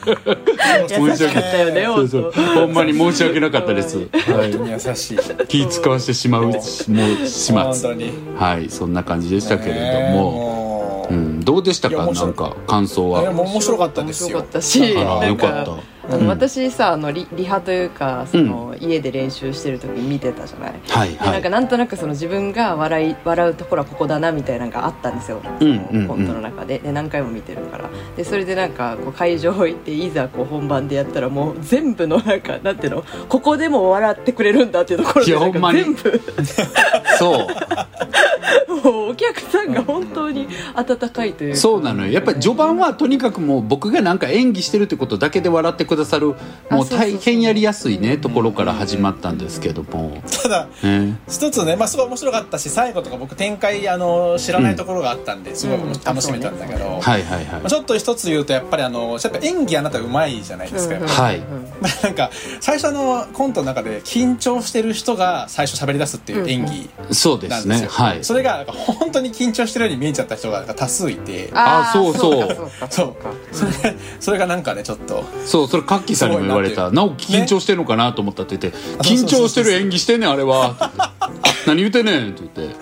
Speaker 4: 優しかったよね
Speaker 3: そう
Speaker 4: 本
Speaker 3: そう
Speaker 4: 当
Speaker 3: ほんまに申し訳なかったです、はい、
Speaker 2: 優しい
Speaker 3: 気使わせてしまうもう始
Speaker 2: 本
Speaker 3: 末
Speaker 2: 当に
Speaker 3: はいそんな感じでしたけれども。
Speaker 2: も
Speaker 3: う、
Speaker 2: うん
Speaker 3: どうでした
Speaker 2: いや
Speaker 3: か
Speaker 2: 面
Speaker 3: な
Speaker 2: 白い
Speaker 3: んか感想
Speaker 2: いや
Speaker 3: は
Speaker 2: もう面白かったです
Speaker 4: 面白
Speaker 2: よ
Speaker 4: かったし
Speaker 3: あら
Speaker 4: なんか
Speaker 3: よかった
Speaker 4: あ
Speaker 3: うん
Speaker 4: の私さあのリリハというかその家で練習してる時見てたじゃない、
Speaker 3: はい
Speaker 4: で
Speaker 3: は
Speaker 4: なんか
Speaker 3: い
Speaker 4: なんとなくその自分が笑い笑うところはここだなみたいなのがあったんですよ、
Speaker 3: うん
Speaker 4: その
Speaker 3: うんうん
Speaker 4: コントの中でで何回も見てるからでそれでなんかこう会場行っていざこう本番でやったらもう全部のなんかなんていうのここでも笑ってくれるんだっていうところ
Speaker 3: い
Speaker 4: で
Speaker 3: や
Speaker 4: なん
Speaker 3: ほんま
Speaker 4: か
Speaker 3: に
Speaker 4: 全部
Speaker 3: そ
Speaker 4: もうお客さんが本当に温かいという
Speaker 3: う
Speaker 4: か
Speaker 3: そうなのよやっぱり序盤はとにかくもう僕がなんか演技してるってことだけで笑ってくださる
Speaker 4: あ
Speaker 3: もう
Speaker 4: そうそうそう
Speaker 3: 大変やりやすいねところから始まったんですけども、
Speaker 2: ただ
Speaker 3: ね、
Speaker 2: 一つね、まあ、すごい面白かったし最後とか僕展開あの知らないところがあったんですごい
Speaker 4: うん
Speaker 2: 楽しめたんだけど、
Speaker 3: はいはい
Speaker 2: まあ
Speaker 3: は
Speaker 2: ちょっと一つ言うとやっぱりあのやっぱ演技あなたうまいじゃないですか、
Speaker 4: うんうん
Speaker 3: はい
Speaker 4: うん
Speaker 2: なんか最初のコントの中で緊張してる人が最初喋り出すっていう演技
Speaker 3: いそうで
Speaker 2: なん
Speaker 3: す
Speaker 2: ですよ、
Speaker 3: ねはい
Speaker 2: それがなんか本当に緊張してるように見えちゃった人がなんか多数いて
Speaker 3: あ
Speaker 4: ー
Speaker 3: そうそう
Speaker 4: かかそうか
Speaker 2: それ それがなんかねちょっと
Speaker 3: そうそれカッキーさんにも言われ
Speaker 2: すご
Speaker 3: た
Speaker 2: い
Speaker 3: 「なお緊張してるのかな?」と思ったって言って「
Speaker 2: あそうそ
Speaker 3: 緊
Speaker 2: うそう
Speaker 3: 張してる演技してんねんあれは」 何言うてんねん」って言って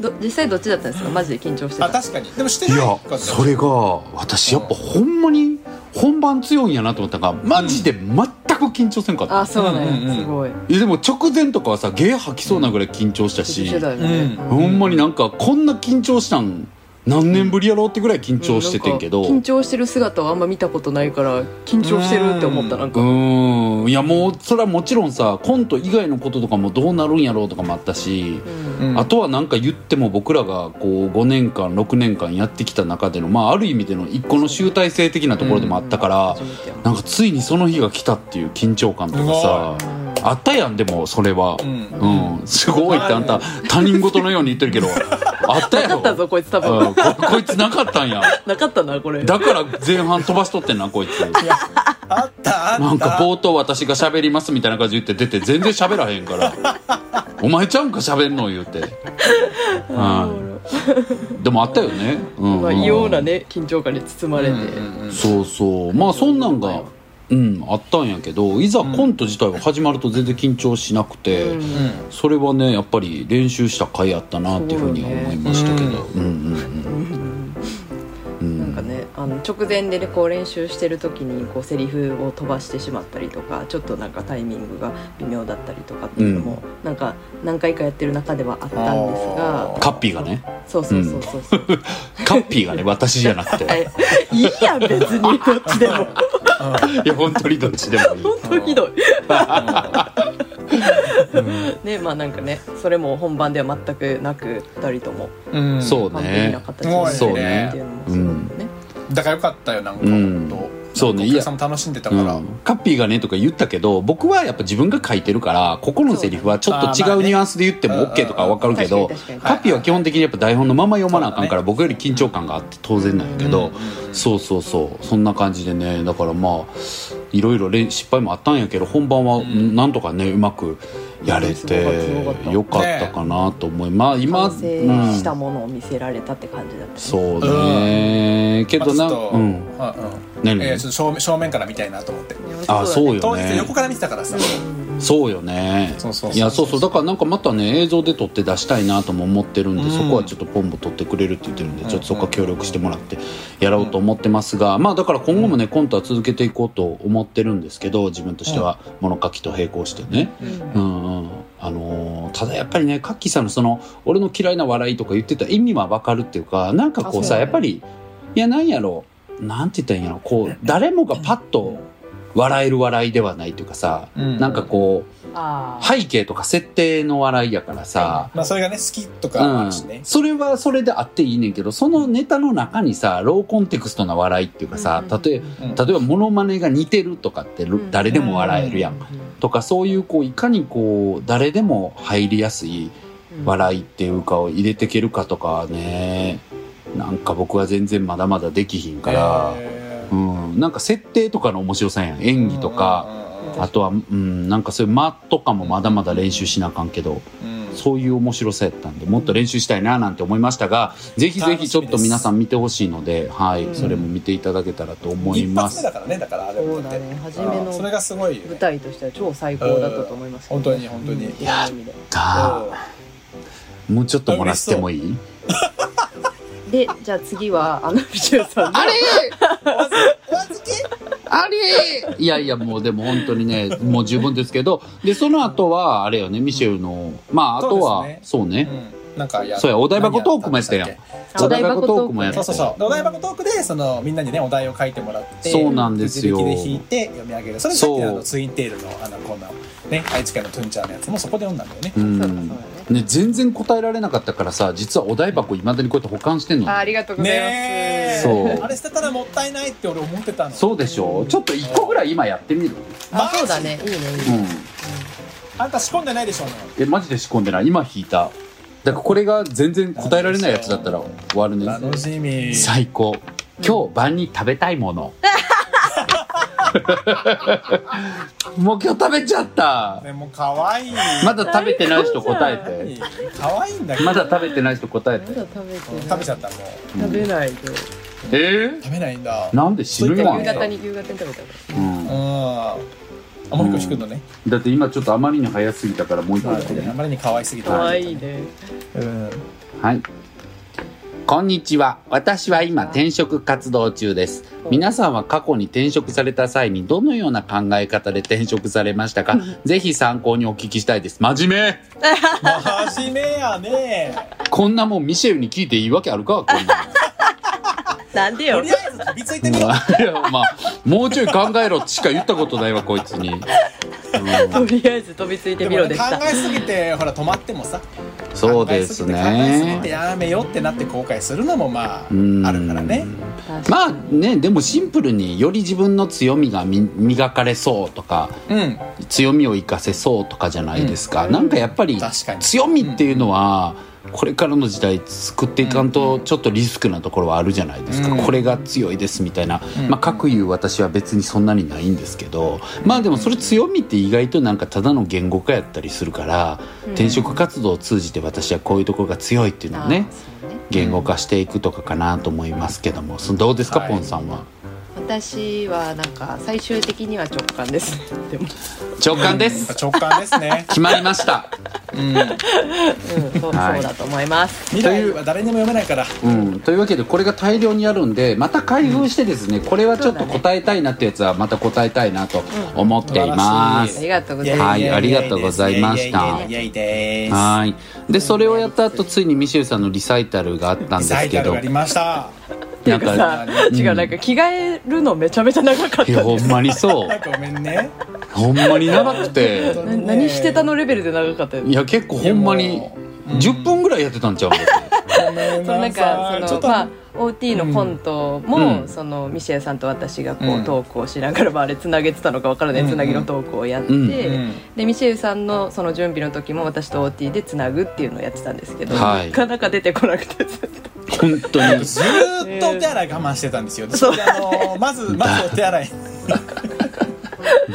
Speaker 4: ど実際どっちだったんですかマジで緊張して
Speaker 2: あ
Speaker 4: た
Speaker 2: 確かにでもして
Speaker 3: い
Speaker 2: ない
Speaker 3: や
Speaker 2: かった
Speaker 3: それが私やっぱほんまに本番強いんやなと思ったのがマジで全く緊張せんかった、
Speaker 4: あそうなんや、
Speaker 2: うんうんうん
Speaker 4: すごい
Speaker 3: いやでも直前とかはさゲー吐きそうなぐらい緊張したし、
Speaker 4: 緊張してたよね、
Speaker 2: う
Speaker 3: ほんまになんかこんな緊張したん何年ぶりやろうってぐらい緊張しててんけど、
Speaker 4: 緊張してる姿をあんま見たことないから緊張してるって思ったなん
Speaker 3: う
Speaker 4: か
Speaker 3: ーんいやもうそれはもちろんさコント以外のこととかもどうなるんやろうとかもあったし、
Speaker 4: うん
Speaker 2: うん
Speaker 3: あとはなんか言っても僕らがこう5年間6年間やってきた中での、まあ、ある意味での一個の集大成的なところでもあったから、
Speaker 4: 初めてやもん
Speaker 3: なんかついにその日が来たっていう緊張感とかさあったやんでもそれは、
Speaker 2: うん
Speaker 3: うんすごいってあんた他人事のように言ってるけどあったや
Speaker 4: なか
Speaker 3: ろ
Speaker 4: ったぞこいつ多分
Speaker 3: うん、ここいつなかったんや
Speaker 4: なかったなこれ
Speaker 3: だから前半飛ばしとってんなこいつ
Speaker 2: あったあった
Speaker 3: なんか冒頭私が喋りますみたいな感じで言って出て全然喋らへんから「お前ちゃうんか喋んの」言うて、はい、でもあったよね、うん
Speaker 4: まあ
Speaker 3: うん
Speaker 4: 異様なね緊張感に包まれて、
Speaker 3: そうそうまあそんなんがうんあったんやけどいざコント自体は始まると全然緊張しなくて、それはねやっぱり練習した甲斐あったなっていうふうには思いましたけどう,、んうん
Speaker 4: なんかねあの直前でねこう練習してる時にこうセリフを飛ばしてしまったりとかちょっとなんかタイミングが微妙だったりとかっていうのも、なんか何回かやってる中ではあったんです
Speaker 2: あ
Speaker 4: が
Speaker 3: カッピーがね
Speaker 4: そうそうそうそうそう、
Speaker 3: カッピーがね私じゃなくて
Speaker 4: えいいやん別にどっちでも
Speaker 3: いや本当にどっちでもいい
Speaker 4: 本当ひどい
Speaker 2: うん
Speaker 4: ねまあなんかねそれも本番では全くなく2人とも
Speaker 2: うん
Speaker 3: そうね
Speaker 4: 完璧な形に
Speaker 2: そう
Speaker 4: な
Speaker 2: ね
Speaker 4: ってるっていうのもすごくね
Speaker 2: だからよかったよなんか
Speaker 3: うん
Speaker 2: 本当
Speaker 3: そうね
Speaker 2: お客さんも楽しんでたから、
Speaker 3: うんカッピーがねとか言ったけど僕はやっぱ自分が書いてるからここのセリフはちょっと
Speaker 2: そうだねあーま
Speaker 3: 違
Speaker 2: あ
Speaker 3: う
Speaker 2: ね
Speaker 3: ニュアンスで言っても OK とかわかるけ
Speaker 4: 確
Speaker 3: ど
Speaker 4: かに確かに
Speaker 3: カッピーは基本的にやっぱ台本のまま読まなあかんから僕より緊張感があって当然なんやけどそうそうそうそんな感じでねだからまあいろいろ練失敗もあったんやけど本番はなんとかねうまくやれ
Speaker 4: すごかった
Speaker 3: てよかったかなと思いまあ今
Speaker 4: 完成した
Speaker 3: うん
Speaker 4: ものを見せられたって感じだったね
Speaker 3: そうねけ
Speaker 2: け
Speaker 3: ど
Speaker 2: ど
Speaker 3: な
Speaker 2: なんまあちょっとうんうん
Speaker 3: 何
Speaker 2: えーちょっと正面正面から見たいなと思って
Speaker 3: あそうよ
Speaker 2: 当日
Speaker 3: ね
Speaker 2: 横から見てたからさ、
Speaker 3: そうよね
Speaker 2: そうそうそう
Speaker 3: いやそうそうだからなんかまたね映像で撮って出したいなとも思ってるんで、
Speaker 2: うん
Speaker 3: そこはちょっとポンボ撮ってくれるって言ってるんで、ちょっとそこは協力してもらってやろうと
Speaker 2: う
Speaker 3: 思ってますが、まあだから今後もねコントは続けていこうと思ってるんですけど自分としては物書きと並行してね。うんうんあのーただやっぱりねカッキーさんのその「俺の嫌いな笑い」とか言ってた意味はわかるっていうかなんかこう
Speaker 4: あそう
Speaker 3: さ
Speaker 4: ね
Speaker 3: やっぱりいやなんやろなんて言ったらいいんやろこう誰もがパッと笑える笑いではないというかさ、
Speaker 2: うん
Speaker 3: なんかこう
Speaker 4: あー
Speaker 3: 背景とか設定の笑いやからさ、
Speaker 2: まあそれがね好きとかあ
Speaker 3: う
Speaker 2: る
Speaker 3: ん
Speaker 2: しね、
Speaker 3: それはそれであっていいねんけどそのネタの中にさローコンテクストな笑いっていうかさ、
Speaker 4: うん
Speaker 3: 例え
Speaker 2: うん
Speaker 3: 例えばモノマネが似てるとかって
Speaker 4: うん
Speaker 3: 誰でも笑えるやん、とかそういうこういかにこう誰でも入りやすい笑いっていうかを入れていけるかとかはねなんか僕は全然まだまだできひんから、
Speaker 2: え
Speaker 3: うん、なんか設定とかの面白さやん
Speaker 2: ー
Speaker 3: 演技とか、
Speaker 2: うんうんうん
Speaker 3: あとは、うん、なんかそういう間とかもまだまだ練習しなあかんけど、
Speaker 2: うん
Speaker 3: そういう面白さやったんでもっと練習したいななんて思いましたがぜひぜひちょっと皆さん見てほしいので、はい
Speaker 4: うん
Speaker 3: それも見ていただけたらと思いま
Speaker 2: 一発目
Speaker 3: す
Speaker 2: だ。からねだからあれ
Speaker 4: そうだね初め
Speaker 2: うん
Speaker 4: の
Speaker 2: それがすごいよね
Speaker 4: 舞台としては超最高だったと思いますけど
Speaker 2: うん本当に本当に
Speaker 4: うんいやいろんな意味で
Speaker 3: だもうちょっともらってもいい
Speaker 4: でじゃあ次はあの宇宙 さんの
Speaker 3: あれいやいやもうでも本当にねもう十分ですけどでその後はあれよねミシェルのまああとはそう
Speaker 2: う
Speaker 3: ね
Speaker 2: んなんかや
Speaker 3: そうやお台場トークもやったやん
Speaker 2: 何っ
Speaker 4: あ
Speaker 3: お台場トークもやっ
Speaker 2: そ
Speaker 3: た
Speaker 2: うそうそうでお台場トークでそのみんなにねお題を書いてもらって
Speaker 3: そうなんですよ
Speaker 2: くじ引きで引いて読み上げるそれさっきのあ
Speaker 3: そ
Speaker 2: の
Speaker 3: う
Speaker 2: ツインテールのあのコーナーをね愛知県のトゥンチャーのやつもそこで読んだんだよね
Speaker 3: う
Speaker 4: そうんだそうだね
Speaker 3: ね全然答えられなかったからさ実はお台箱いまだにこうやって保管してんの
Speaker 4: あありがとうございます、
Speaker 2: ねえ
Speaker 3: そう
Speaker 2: あれ捨てたらもったいないって俺思ってたの
Speaker 3: そうでしょちょっと一個ぐらい今やってみる
Speaker 4: あそうだねいいねいい
Speaker 3: うん
Speaker 4: ね、
Speaker 2: あんた仕込んでないでしょうね
Speaker 3: えマジで仕込んでない今引いただからこれが全然答えられないやつだったら終わるね
Speaker 2: 楽しみ
Speaker 3: 最高今日晩に食べたいも のもう今日食べちゃった
Speaker 2: でも可愛い
Speaker 3: まだ食べてない人答え
Speaker 2: 可愛いんだけ
Speaker 3: て
Speaker 2: ど
Speaker 3: まだ食べてない人答え
Speaker 4: まだ
Speaker 3: て
Speaker 4: 食べてない
Speaker 2: 食べちゃったもう
Speaker 4: 食べないと
Speaker 3: えー
Speaker 2: 食べないんだ
Speaker 3: なんで死ぬ
Speaker 2: そ
Speaker 3: よ
Speaker 2: う
Speaker 3: あ
Speaker 2: い
Speaker 3: ん
Speaker 4: 夕
Speaker 2: った
Speaker 4: 方に夕方に食べたから
Speaker 3: うん
Speaker 2: うんあもう一個引くのね
Speaker 3: だって今ちょっとあまりに早すぎたからもう一個
Speaker 2: あ
Speaker 3: だけね
Speaker 2: まりに可愛すぎた
Speaker 4: 可愛いね
Speaker 2: うん
Speaker 3: はい。こんにちは。私は今転職活動中です。皆さんは過去に転職された際にどのような考え方で転職され ましたかぜひ参考にお聞きしたいです。真面目
Speaker 2: 真面目やね
Speaker 3: こんなもんミシェルに聞いていいわけあるかこんな
Speaker 4: なんで
Speaker 2: と
Speaker 4: よ
Speaker 2: りあえず飛びついてみよう
Speaker 3: の いや、まあ、もうちょい考えろしか言ったことないわ、こいつに。うん
Speaker 4: とりあえず飛びついて
Speaker 2: で
Speaker 4: み
Speaker 2: も
Speaker 4: ろ
Speaker 2: ね
Speaker 4: で
Speaker 2: 考
Speaker 4: した
Speaker 2: えすぎてほら止まってもさ
Speaker 3: そうです
Speaker 2: 考えすぎて考えすぎて
Speaker 3: ね。
Speaker 2: やめようってなって後悔するのもまあ
Speaker 3: うん
Speaker 2: あるからね
Speaker 3: まあね、でもシンプルにより自分の強みがみ磨かれそうとか、
Speaker 2: うん
Speaker 3: 強みを生かせそうとかじゃないですか、
Speaker 4: うん
Speaker 3: なんかやっぱり
Speaker 2: 確かに
Speaker 3: 強みっていうのはこれからの時代作っていかんとちょっとリスクなところはあるじゃないですか、
Speaker 2: うん
Speaker 3: これが強いですみたいな、
Speaker 2: うん
Speaker 3: まあかくいう私は別にそんなにないんですけどまあでもそれ強みって意外となんかただの言語化やったりするから、転職活動を通じて私はこういうところが強いっていうのをね言語化していくとかかなと思いますけどもそのどうですか、
Speaker 2: はい
Speaker 3: ポンさんは
Speaker 4: 私はなんか最終的には直感ですでも
Speaker 3: 直感で
Speaker 2: やっぱ
Speaker 3: す
Speaker 2: 直感ですね
Speaker 3: 決まりました
Speaker 2: うん
Speaker 4: うんそうそう
Speaker 3: はい
Speaker 4: だと思います
Speaker 2: 未来は誰にも読めないから
Speaker 3: うん、というわけでこれが大量にあるんでまた開封してですね、これはちょっと答えたいなってやつはまた答えたいなと思っていま
Speaker 2: うん
Speaker 3: す
Speaker 4: あ。りがとうございま
Speaker 3: は
Speaker 4: す
Speaker 3: いありがとうございまし
Speaker 2: イ
Speaker 3: た
Speaker 2: エイイエイイエイイエイです
Speaker 3: はいでそれをやった後ついにミシェルさんのリサイタルがあったん
Speaker 2: リ
Speaker 3: で
Speaker 2: サ
Speaker 3: す
Speaker 2: イ
Speaker 3: け
Speaker 2: タル
Speaker 3: ど
Speaker 2: がありました
Speaker 4: っていうかさ
Speaker 3: んか
Speaker 4: 違
Speaker 3: う
Speaker 4: うんなんか着替えるのめちゃめちゃ長かった
Speaker 3: いや
Speaker 4: ん
Speaker 3: ほ
Speaker 4: で
Speaker 3: ん
Speaker 4: す
Speaker 3: まにそう
Speaker 2: ごめんね
Speaker 3: ほんまに長くて
Speaker 2: ほんま
Speaker 4: な何してたのレベルで長かったよ
Speaker 3: いや結構ほんまに
Speaker 2: うん
Speaker 3: 10分ぐらいやってたんちゃう
Speaker 2: ごめん
Speaker 4: そのな
Speaker 2: なんさ
Speaker 4: か
Speaker 2: い
Speaker 4: そのまあ OT のコントも、
Speaker 3: うん
Speaker 4: そのミシェルさんと私がこ
Speaker 2: うん
Speaker 4: うトークをしながら、まあ、あれつなげてたのかわからない、
Speaker 2: うんうん
Speaker 4: つなぎのトークをやって、
Speaker 3: うん
Speaker 2: うん
Speaker 4: でミシェルさんのその準備の時も私と OT でつなぐっていうのをやってたんですけど、
Speaker 3: はい
Speaker 4: なかなか出てこなくてずっと
Speaker 3: 本当に
Speaker 2: ずーっとお手洗い我慢してたんですよ。
Speaker 4: そう
Speaker 2: であのまずまずお手洗い。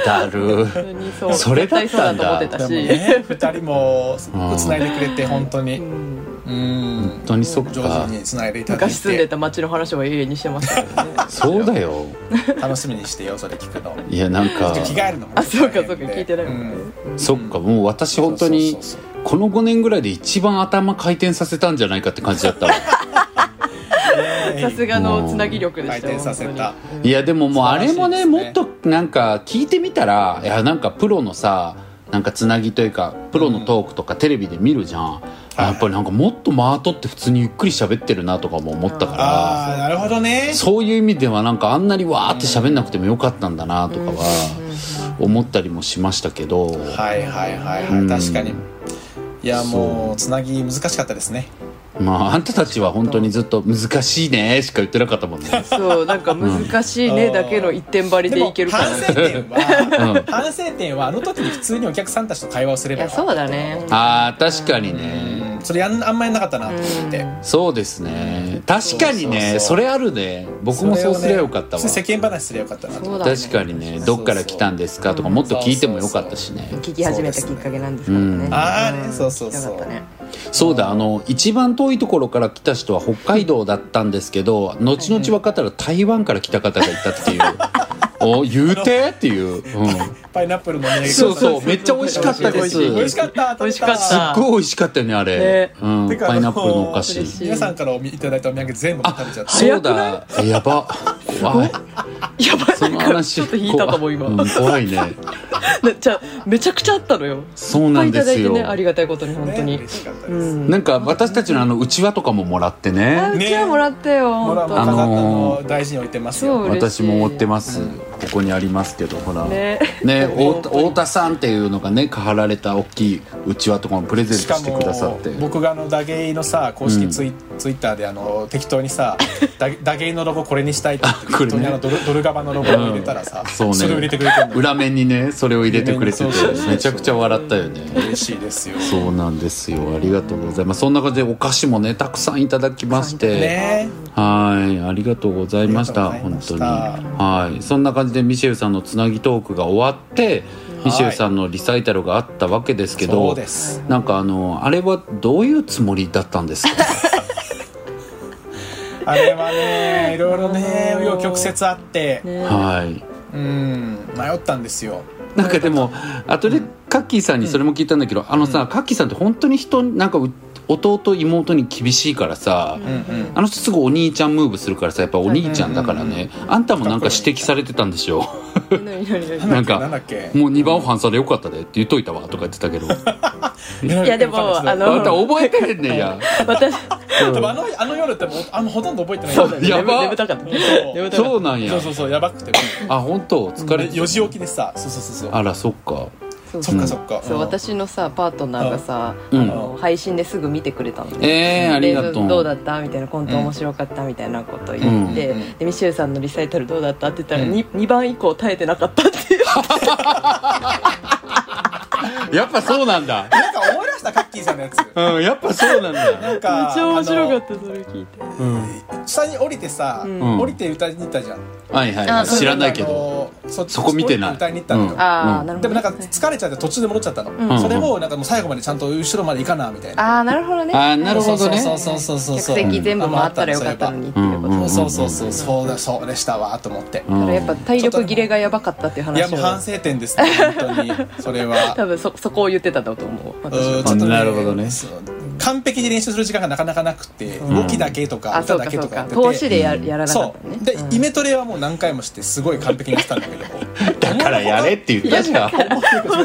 Speaker 3: だる
Speaker 4: 普通にそう
Speaker 3: それだったんだ
Speaker 4: 絶対そうだと思ってた
Speaker 2: でも
Speaker 4: し、
Speaker 2: ね、二人も繋いでくれて本当
Speaker 4: う
Speaker 2: に、
Speaker 4: ん、
Speaker 2: うん、
Speaker 3: 本当にそっ
Speaker 2: 上
Speaker 3: か
Speaker 2: 手に繋いでいただい
Speaker 4: 昔住んで
Speaker 2: て、
Speaker 4: た町の話を永遠にしてましたからね
Speaker 3: そうだよ
Speaker 2: 楽しみにしてよそれ聞くの。
Speaker 3: いやなんか
Speaker 2: ちょっと着替えるのもね
Speaker 4: あそうか
Speaker 2: 大変
Speaker 4: そ
Speaker 2: で
Speaker 4: うか聞いてないもんね、うん
Speaker 3: そっかもう私本当
Speaker 2: そう
Speaker 3: に
Speaker 2: そうそう
Speaker 3: この5年ぐらいで一番頭回転させたんじゃないかって感じだったわ
Speaker 2: そう
Speaker 4: さすがのつなぎ力でした
Speaker 2: 回転させた
Speaker 4: 本当に
Speaker 3: いやでももうあれもね
Speaker 2: 素晴
Speaker 3: も
Speaker 2: らしい
Speaker 3: っ
Speaker 2: ですね
Speaker 3: となんか聞いてみたらいやなんかプロのさなんかつなぎというかプロのトークとかテレビで見るじゃん、
Speaker 2: い
Speaker 3: やっぱりなんかもっと間取って普通にゆっくり喋ってるなとかも思ったから
Speaker 2: ああなるほどね。
Speaker 3: そういう意味ではなんかあんなにわーって喋んなくてもよかったんだなとかは思ったりもしましたけど、
Speaker 2: はいはいはいは
Speaker 3: う
Speaker 2: い
Speaker 3: ん
Speaker 2: 確かに。いやもうつなぎ難しかったですね。
Speaker 3: まああんたたちは本当にずっと「難しいね」しか言ってなかったもんね
Speaker 4: そうなんか難しいねだけの一点張り
Speaker 2: で
Speaker 4: で
Speaker 2: も
Speaker 4: いけるか
Speaker 2: 反
Speaker 4: ら
Speaker 2: 省点は、
Speaker 3: うん
Speaker 2: 反省点はあの時に普通にお客さんたちと会話をすれ
Speaker 4: い
Speaker 2: ば
Speaker 4: や
Speaker 2: よか
Speaker 4: そ
Speaker 2: った
Speaker 4: うだね
Speaker 3: あー確かにね
Speaker 2: うんそれやんあんまりなかったなと思って。
Speaker 3: そうですね確かに
Speaker 2: そ
Speaker 3: ね
Speaker 2: う
Speaker 3: そ
Speaker 2: そうそう
Speaker 3: れあるね僕もそうすりゃよかったわ、
Speaker 2: それをね普通に世間話すりゃよかったなと
Speaker 4: そうだね
Speaker 3: 確かにね
Speaker 2: そう
Speaker 3: どっから来たんですかとかもっと聞いてもよかったしね
Speaker 4: 聞き始めたきっかけなんですから
Speaker 3: そうですね
Speaker 4: ね
Speaker 2: あーね
Speaker 4: ん
Speaker 2: そうそうそう
Speaker 4: 聞きたかったね
Speaker 3: そうだあの一番遠いところから来た人は北海道だったんですけど後々分かったら台湾から来た方がいたっ ていうお言うてっていう、うん、
Speaker 2: パイナップルのお土産
Speaker 3: そうそうめっちゃ美味しかったです
Speaker 2: 美味しかった
Speaker 4: 美味しかった
Speaker 3: すっごい美味しかったよねあれ、
Speaker 4: ね
Speaker 3: うん、
Speaker 2: てか
Speaker 3: パイナップルのお菓子
Speaker 4: 嬉し
Speaker 2: 皆さんからおみいただいたお土産全部食べちゃった
Speaker 3: そうだえやば怖い
Speaker 4: やばい
Speaker 3: その
Speaker 4: なんか
Speaker 3: 話
Speaker 4: ちょっと引いたかも
Speaker 3: 怖
Speaker 4: 今、
Speaker 3: うん怖いね
Speaker 4: なじゃあ めちゃくちゃあったのよ
Speaker 3: そうなんですよ
Speaker 4: いっぱいいただいてねありがたいことに本当
Speaker 2: ね
Speaker 4: に、
Speaker 2: 嬉しかった
Speaker 4: う
Speaker 2: です
Speaker 4: ん
Speaker 3: なんか私たちのあのうちわとかももらって
Speaker 4: あ
Speaker 3: ね
Speaker 4: うちはもらったよ
Speaker 2: ほら
Speaker 4: 本
Speaker 2: もう飾ったの
Speaker 3: あの
Speaker 4: 当
Speaker 2: 大事に置いてますよ
Speaker 4: そう嬉し
Speaker 3: 私
Speaker 4: い
Speaker 3: も持ってますここにありますけどほらね
Speaker 4: ね
Speaker 3: 太田太田さんっていうのがね貼られた大きいうちわとかもプレゼン
Speaker 2: し
Speaker 3: ト
Speaker 2: か
Speaker 3: してくださっ
Speaker 2: も
Speaker 3: て
Speaker 2: 僕があのダゲイのさ公式ツイ,、ツイッターであの適当にさダゲダゲイのロゴこれにしたいって言って
Speaker 3: あこれね
Speaker 2: 適当にあのドルドルガバのロゴを入れたらさ、
Speaker 3: うんそうね
Speaker 2: れを入れてくれてるの
Speaker 3: 裏面にねそれを入れてくれてて
Speaker 2: そうそうそう
Speaker 3: めちゃくちゃ笑ったよね
Speaker 2: 嬉しいですよ
Speaker 3: そうなんですよありがとうございますそんな感じでお菓子もねたくさんいただきまして
Speaker 2: ね
Speaker 3: はいありがとうございました
Speaker 2: ありがとうご
Speaker 3: 本
Speaker 2: ざ
Speaker 3: 当
Speaker 2: い
Speaker 3: に
Speaker 2: ました
Speaker 3: はいそんな感じでミシェルさんのつなぎトークが終わってミシェルさんのリサイタルがあったわけですけ
Speaker 2: そ
Speaker 3: ど
Speaker 2: うです
Speaker 3: なんかあのあれはどういうつもりだったんですか
Speaker 2: あれはね いろいろね紆余曲折あって、
Speaker 4: ね
Speaker 3: はい
Speaker 2: うん迷ったんですよ
Speaker 3: なんかでも後でカッキーさんにそれも聞いたんだけど、あのさ、カッキーさんって本当に人になんかう弟妹に厳しいからさ、
Speaker 2: うんうん
Speaker 3: あの人すぐお兄ちゃんムーブするからさやっぱお兄ちゃんだからね、あんたもなんか指摘されてたんでしょ
Speaker 4: 何何何
Speaker 3: なん
Speaker 2: なんだっ
Speaker 3: か
Speaker 2: け
Speaker 3: もう2番反射でよかったでって言っといたわとか言ってたけどあ
Speaker 2: いや
Speaker 4: いやでもあの
Speaker 3: んた覚えてへんねんや
Speaker 4: 私
Speaker 2: でもあのあの夜ってもうあのほとんど覚えてない
Speaker 4: そうだね
Speaker 3: やば
Speaker 4: 眠たかったね
Speaker 2: そう
Speaker 4: 眠たかった
Speaker 3: そうなんや
Speaker 2: そうそうそうやばくて
Speaker 3: あ本当
Speaker 2: あ
Speaker 3: 疲
Speaker 2: れ
Speaker 3: れ
Speaker 2: 4時起きでさそうそうそうそう
Speaker 3: あらそっか
Speaker 4: そう
Speaker 2: そっかそっか
Speaker 4: そう、
Speaker 2: ん
Speaker 4: 私のさパートナーがさ、
Speaker 3: うん
Speaker 4: あの配信ですぐ見てくれたのね、
Speaker 3: えー、ありがと
Speaker 4: で
Speaker 3: う
Speaker 4: どうだったみたいなコント面白かったみたいなこと言って、
Speaker 2: うんうん
Speaker 4: でミシェルさんのリサイタルどうだったって言ったら 2,、二番以降耐えてなかったっていう
Speaker 3: やっぱそうなんだ
Speaker 2: なんか思い出したカッキーさんのやつ
Speaker 3: うんやっぱそうなんだ
Speaker 2: なんか
Speaker 4: めっちゃ面白かったそれ聞いて
Speaker 3: うん
Speaker 2: あの下に降りてさ、
Speaker 4: ん
Speaker 2: 降りて歌いに行ったじゃん
Speaker 3: はいはいはい
Speaker 4: あそう
Speaker 3: 知らないけど
Speaker 2: あのそ
Speaker 3: そこ見てない
Speaker 2: 降り歌いに行ったのよ、
Speaker 3: うん
Speaker 4: ああ、
Speaker 3: うん
Speaker 4: なるほど
Speaker 2: でもなんか疲れちゃって途中で戻っちゃったの、
Speaker 4: うん
Speaker 2: それもなんかもう最後までちゃんと後ろまで行かなみたいな
Speaker 4: ああなるほどね
Speaker 3: あーなるほどね
Speaker 2: そうそうそうそうそう
Speaker 4: 客席全部回ったらよかったのにっていうこと、
Speaker 3: うんうん
Speaker 2: そうそうそうそうだそうでしたわと思って、
Speaker 3: うん
Speaker 4: だからやっぱ体力切れがやばかったっていう
Speaker 2: いや
Speaker 4: 話
Speaker 2: もう反
Speaker 4: を
Speaker 2: 省点ですね本当にそれは
Speaker 4: 多分そそこを言ってたんだと思う私は
Speaker 2: うんちょっとね
Speaker 3: なるほどね
Speaker 2: そう完璧に練習する時間がなかなかなくて、動きだけとか
Speaker 4: あ
Speaker 2: 歌
Speaker 4: そう
Speaker 2: だ
Speaker 4: か
Speaker 2: け
Speaker 4: そ
Speaker 2: と
Speaker 4: う
Speaker 2: かや
Speaker 4: か
Speaker 2: ってて
Speaker 4: 投資でややらなかっ
Speaker 2: そ
Speaker 4: たのね
Speaker 2: うで、
Speaker 4: うん
Speaker 2: イメトレはもう何回もしてすごい完璧にやってたんだけど
Speaker 3: だからやれって言った じゃん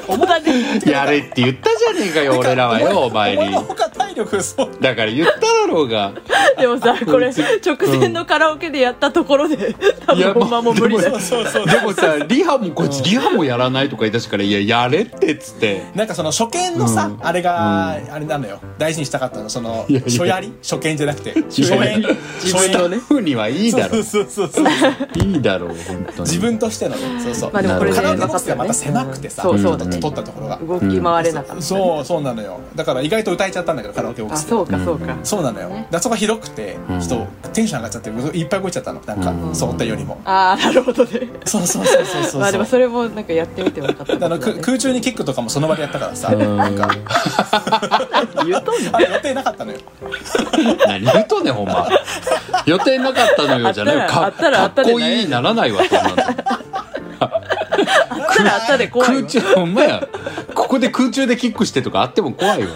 Speaker 4: 本当だ ね
Speaker 3: やれって言ったじゃねえかよ俺らはよお前
Speaker 2: お前
Speaker 3: に
Speaker 2: のほか体力そう
Speaker 3: だから言っただろうが
Speaker 4: でもさこ
Speaker 3: こ
Speaker 4: れ
Speaker 3: いつ
Speaker 4: 直前のカラオケでやったところで多
Speaker 3: いや
Speaker 4: 分ほんまもう無理だ
Speaker 3: で
Speaker 4: よ
Speaker 2: そうそうそう
Speaker 3: でもさリハもこいつリハもやらないとか言い出したからいややれってっつって
Speaker 2: なんかその初見のさ、
Speaker 3: うん
Speaker 2: あれが、あれなのよ大事にしたかったのその
Speaker 3: いやいや
Speaker 2: 初やり初見じゃなくて初
Speaker 3: や
Speaker 2: 演
Speaker 4: 自分のね
Speaker 3: ふうにはいいだろ
Speaker 2: そううそうそうそう
Speaker 3: いいだろう本当に
Speaker 2: 自分としてのねそうそう、
Speaker 4: まあ
Speaker 3: でもこれで
Speaker 2: カラオケボックスがまた
Speaker 4: 分かったよね
Speaker 2: 狭くてさ、
Speaker 4: そう
Speaker 3: そう
Speaker 2: ちょっと取ったところが、
Speaker 4: 動き回れなかった、
Speaker 2: そうそうなのよだから意外と歌えちゃったんだけどカラオケボッ
Speaker 4: あ
Speaker 2: クスで
Speaker 4: そうかそうか、
Speaker 3: うん
Speaker 2: そうなのよ、
Speaker 4: ね
Speaker 2: だそこが広くて、
Speaker 3: うん
Speaker 2: ちょっとテンション上がっちゃっていっぱい動いちゃったのなんか、
Speaker 3: うん
Speaker 2: 想定よりも、
Speaker 4: ああなるほどね
Speaker 2: そうそうそうそうそう
Speaker 4: まあでもそれもなんかやってみてもよかった
Speaker 2: あの
Speaker 4: こと
Speaker 2: く
Speaker 4: だね
Speaker 2: 空中にキックとかもその場でやったからさ、
Speaker 3: うん
Speaker 2: なんか
Speaker 4: 言うとんね
Speaker 2: あ予定なかったのよ
Speaker 3: 何言うとんねんほん ま予定なかったのよじゃない
Speaker 4: あ
Speaker 3: か
Speaker 4: ったらあ
Speaker 3: か
Speaker 4: っ
Speaker 3: った
Speaker 4: ら
Speaker 3: こいいならないわそんなの
Speaker 4: あったらあったで怖
Speaker 3: 空
Speaker 4: いわ
Speaker 3: 中ほんまやここで空中でキックしてとかあっても怖いわ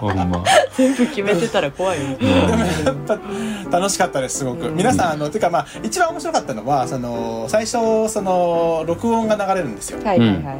Speaker 3: ほんま
Speaker 4: 全部決めてたら怖いよ
Speaker 2: でもやっぱ楽しかったですすごく、皆さんあのてかまあ一番面白かったのはその最初その録音が流れるんですよ
Speaker 4: はいはいはい、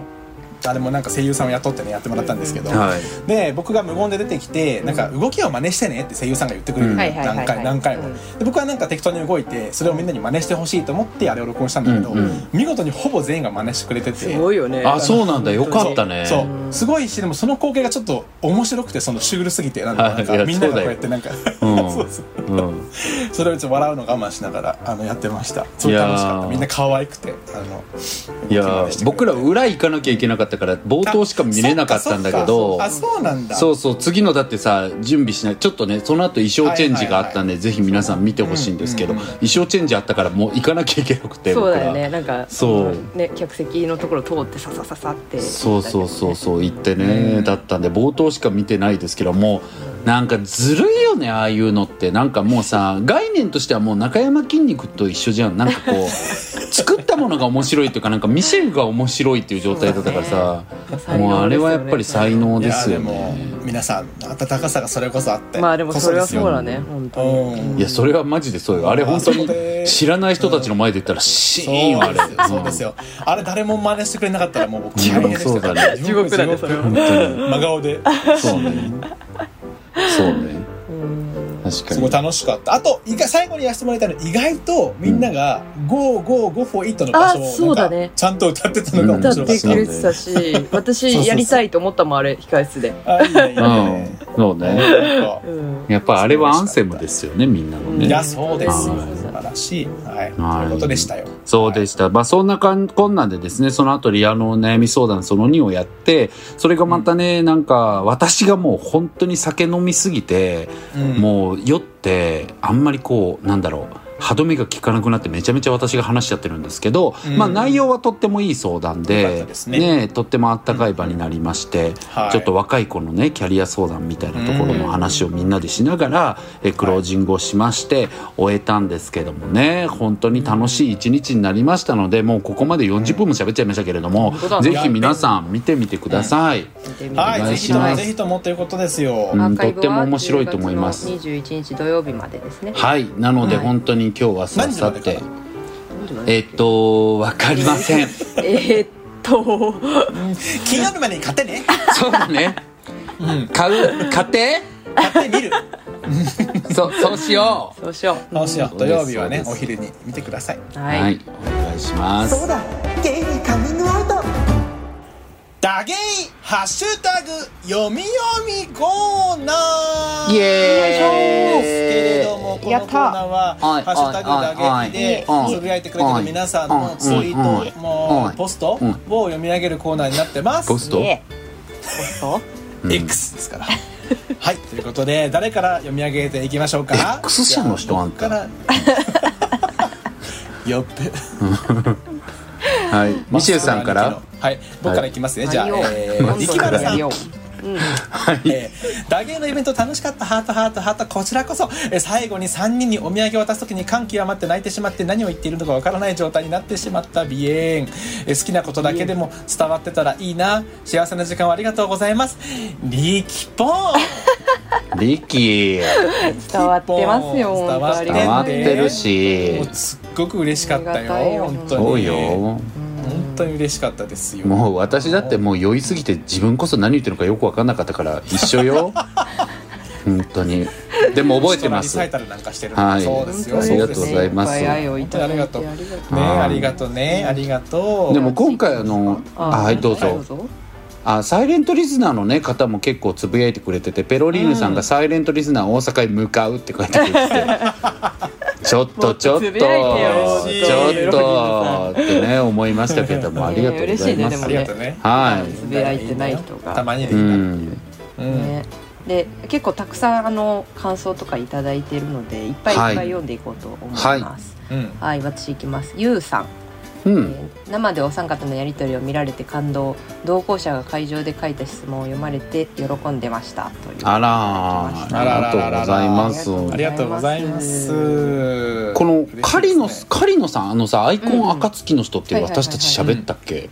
Speaker 2: あれもなんか声優さんを雇ってねやってもらったんですけど、
Speaker 3: はい
Speaker 2: で僕が無言で出てきてなんか動きを真似してねって声優さんが言ってくれる
Speaker 3: うん
Speaker 2: 何
Speaker 4: はいはいはいは
Speaker 2: 回
Speaker 4: い
Speaker 2: 何回も
Speaker 4: うん
Speaker 2: で僕はなんか適当に動いてそれをみんなに真似してほしいと思ってあれを録音したんだけど、
Speaker 3: うんうん
Speaker 2: 見事にほぼ全員が真似してくれてて
Speaker 4: すごいよね
Speaker 3: あそうなんだよかったね
Speaker 2: そうそうすごいしでもその光景がちょっと面白くてそのシュールすぎてなんかなんか
Speaker 3: はいいや
Speaker 2: みんな
Speaker 3: そう
Speaker 2: が
Speaker 3: だ
Speaker 2: こう
Speaker 3: よ
Speaker 2: やってなんか
Speaker 3: う ん
Speaker 2: そうそう
Speaker 3: うん
Speaker 2: それをちょっと笑うの我慢しながらあのやってましたすごい楽しかっ
Speaker 3: い
Speaker 2: た
Speaker 3: やー
Speaker 2: みんな可愛くてあの
Speaker 3: いやー僕ら裏行かなきゃいけなかったから冒頭しか見れなかったんだけど
Speaker 2: あそっかそっかあそうなんだ
Speaker 3: そうそう次のだってさ準備しないちょっとねその後衣装チェンジがあったんで、ぜひ皆さん見てほしいんですけど、
Speaker 2: うんうんうん
Speaker 3: 衣装チェンジあったからもう行かなきゃいけなくて
Speaker 4: そうだ
Speaker 3: 僕
Speaker 4: よ
Speaker 3: ら
Speaker 4: ねなんか
Speaker 3: そう
Speaker 4: ね客席のところ通ってささささって
Speaker 3: そうそうそう
Speaker 4: う
Speaker 3: そう行ってね、
Speaker 2: うん
Speaker 3: だったんで冒頭しか見てないですけどもうなんかずるいよねああいうのってなんかもうさ概念としてはもう中山筋肉と一緒じゃんなんか こう作ったものが面白いっていうかなんかミシェルが面白いっていう状態だったからさ
Speaker 4: そうね
Speaker 3: もうあれはやっぱり才能
Speaker 2: い
Speaker 3: で
Speaker 2: や
Speaker 3: す
Speaker 2: で
Speaker 3: よ
Speaker 2: も
Speaker 3: ね。
Speaker 2: 皆さん温かさがそれこそあって
Speaker 4: まあでもそれは
Speaker 2: こですよ
Speaker 4: そうだね本当に
Speaker 2: うん
Speaker 3: いやそれはマジでそうよあれ本当
Speaker 2: あそ
Speaker 3: に
Speaker 2: こで
Speaker 3: 知らない人たちの前で言ったらシーンよあれ
Speaker 2: そうですよあれ誰も真似してくれなかったらもう僕
Speaker 3: 地獄
Speaker 2: 大変でしたから
Speaker 4: 地獄だねそれは
Speaker 3: うん本当に
Speaker 2: 真顔で
Speaker 3: そうねそうね確か
Speaker 2: すごい
Speaker 3: に
Speaker 2: 楽しかったあと意外最後にやらせてもらいたいのは意外とみんなが「ゴーゴーゴーフォーイット」の場
Speaker 4: あ
Speaker 2: 所
Speaker 4: そ
Speaker 2: をな
Speaker 4: うだ
Speaker 2: んか
Speaker 4: ね
Speaker 2: ちゃんと歌ってたのが面
Speaker 4: 歌っ
Speaker 2: 白か
Speaker 4: て
Speaker 2: った
Speaker 4: くれてたし私やりたいと思ったもんあれ控え室で
Speaker 2: あいいねいいね
Speaker 3: うんそうね
Speaker 2: なんか
Speaker 4: うん
Speaker 3: やっぱあれはアンセムですよねみんなの
Speaker 4: うん
Speaker 2: い
Speaker 3: ね
Speaker 2: やそうですよ
Speaker 3: はい
Speaker 2: 素晴らしいはい
Speaker 3: は
Speaker 2: とい
Speaker 3: い
Speaker 2: うことでしたよ
Speaker 3: そうでした、まあそんなかんこんなんでですねその後リアの悩み相談その2をやってそれがまたねなんか私がもう本当に酒飲みすぎて
Speaker 2: も
Speaker 3: もう酔ってあんまりこうなんだろう歯止めが効かなくなってめちゃめちゃ私が話しちゃってるんですけど、
Speaker 2: うん
Speaker 3: まあ内容はとってもいい相
Speaker 2: よ
Speaker 3: 談
Speaker 2: かっ
Speaker 3: で
Speaker 2: たですね
Speaker 3: とってもあったかい場になりまして、
Speaker 2: はい
Speaker 3: ちょっと若い子のねキャリア相談みたいなところの話をみんなでしながら、えクロージングをしまして終えたんですけどもね本当に楽しい一日になりましたのでもうここまで40分も喋っちゃいましたけれども、
Speaker 4: 当だ
Speaker 3: ぜひ皆さん見てみてください。
Speaker 4: 見てみ
Speaker 2: う
Speaker 4: て
Speaker 2: はい
Speaker 3: お
Speaker 2: ぜ
Speaker 3: 願い
Speaker 2: ひ
Speaker 3: し
Speaker 2: とも
Speaker 3: ます
Speaker 2: ぜひともということですよ
Speaker 3: うん
Speaker 4: アーカイ
Speaker 3: とっ
Speaker 4: ブ
Speaker 3: ても
Speaker 4: は
Speaker 3: 面白いと思います
Speaker 4: 10月の21日土曜日までですね。
Speaker 3: はいなので
Speaker 4: はい
Speaker 3: 本当に今日はさっ
Speaker 2: 何時ま
Speaker 3: さ
Speaker 2: で
Speaker 3: っ
Speaker 2: か
Speaker 3: て、
Speaker 2: な
Speaker 3: えっ、とわかりません
Speaker 4: えーっと、
Speaker 2: 金曜日までに買ってね
Speaker 3: そうだね買う買って
Speaker 2: 買ってみ る
Speaker 3: そうそうしよ
Speaker 4: どうしよ。
Speaker 2: どうしよう
Speaker 3: そ
Speaker 2: 土
Speaker 3: うです
Speaker 2: 曜日はねお
Speaker 3: そうです
Speaker 2: 昼に見てくださいう
Speaker 3: う
Speaker 4: は。
Speaker 3: はいい、お願いします
Speaker 2: そうだゲイにカミングアウトダゲイハッシュタグ読み読みコーナー
Speaker 3: イ
Speaker 2: で
Speaker 3: エーイ
Speaker 2: すけれどもこのコーナーは「
Speaker 3: やっ
Speaker 2: ハ
Speaker 3: た
Speaker 2: ッシュタグダゲイ」で
Speaker 3: おいおいおい
Speaker 2: つぶやいてくれてる皆さんのツイ
Speaker 3: おい
Speaker 2: ー
Speaker 3: お
Speaker 2: ト
Speaker 3: い
Speaker 2: も
Speaker 3: おい
Speaker 2: ポスト
Speaker 3: うん
Speaker 2: を読み上げるコーナーになってます
Speaker 3: ポスト
Speaker 4: イエーポス
Speaker 2: X ですからはいということで誰から読み上げていきましょうか
Speaker 3: X 社の人あんた
Speaker 2: じゃ僕から よっぺ
Speaker 3: はいミシェルさんから
Speaker 2: はい僕からいきますね、じゃあ、
Speaker 4: はい
Speaker 2: え
Speaker 4: ト。
Speaker 2: ー、力丸さん
Speaker 4: よ。
Speaker 2: えー、打芸のイベント楽しかったハートハートハートこちらこそ、えー最後に3人にお土産を渡す時に感極まって泣いてしまって何を言っているのかわからない状態になってしまった鼻炎、えー好きなことだけでも伝わってたらいいな幸せな時間をありがとうございますリキポン
Speaker 3: リキ
Speaker 4: 伝わってますよ。
Speaker 2: 伝わってる
Speaker 3: 伝わ
Speaker 4: 本
Speaker 3: っ
Speaker 4: 当に
Speaker 3: てるし
Speaker 2: もうすっごく嬉しかったよ
Speaker 4: ありがたいよ
Speaker 2: 本当に
Speaker 3: そうよ
Speaker 2: 本当に嬉しかったですよ
Speaker 3: もう私だってもう酔いすぎて自分こそ何言ってるのかよく分かんなかったから一緒よ本当にでも覚えてま
Speaker 2: リ
Speaker 3: す
Speaker 2: サイタルなんかしてるの
Speaker 3: はい
Speaker 2: そうですよ
Speaker 3: ありがとうございます
Speaker 4: 本当にねっぱ愛をいただいてありがとう。
Speaker 2: ね
Speaker 3: はい
Speaker 2: ありがとうねありがとう
Speaker 3: でも今回あのあはいどうぞあサイレントリスナーの、ね、方も結構つぶやいてくれててペロリーヌさんが「サイレントリスナー大阪へ向かう」って書いてくれてて、 ちょっとちょっと
Speaker 4: もっとつぶ
Speaker 3: ち
Speaker 4: や
Speaker 2: いてよ
Speaker 3: ょっとってね思いましたけどもありがとうございま、
Speaker 4: 嬉しいねですも
Speaker 2: ありがとうね
Speaker 3: は
Speaker 4: つ
Speaker 3: い、
Speaker 4: ぶやいてない人が
Speaker 2: たまにで
Speaker 3: う
Speaker 2: いいなって
Speaker 3: ん
Speaker 2: いう、うん
Speaker 4: ね、で結構たくさんあの感想とか頂いただいているのでいっぱいいっぱい読んでいこうと思います。
Speaker 3: は
Speaker 4: はいい、
Speaker 2: うん
Speaker 4: 私いきます。ゆうさん、
Speaker 3: うん、
Speaker 4: えー生でお三方のやり取りを見られて感動同行者が会場で書いた質問を読まれて喜んでましたという
Speaker 3: あ
Speaker 4: い
Speaker 3: ら
Speaker 4: た
Speaker 3: ー
Speaker 4: だ
Speaker 2: ら
Speaker 3: ありがとうご
Speaker 4: きました
Speaker 3: ざいます
Speaker 4: あ
Speaker 2: あ
Speaker 4: り
Speaker 2: り
Speaker 4: が
Speaker 2: が
Speaker 4: と
Speaker 2: と
Speaker 4: う
Speaker 2: う
Speaker 4: ご
Speaker 2: ご
Speaker 4: ざ
Speaker 2: ざ
Speaker 4: い
Speaker 2: い
Speaker 4: ま
Speaker 2: ますす
Speaker 3: この
Speaker 2: 嬉しいで
Speaker 3: 狩
Speaker 2: すね
Speaker 3: 野狩野さんあのさアイコ
Speaker 4: うんうん
Speaker 3: ン暁の人って
Speaker 4: はいはいはいはい
Speaker 3: 私たち喋ったっけ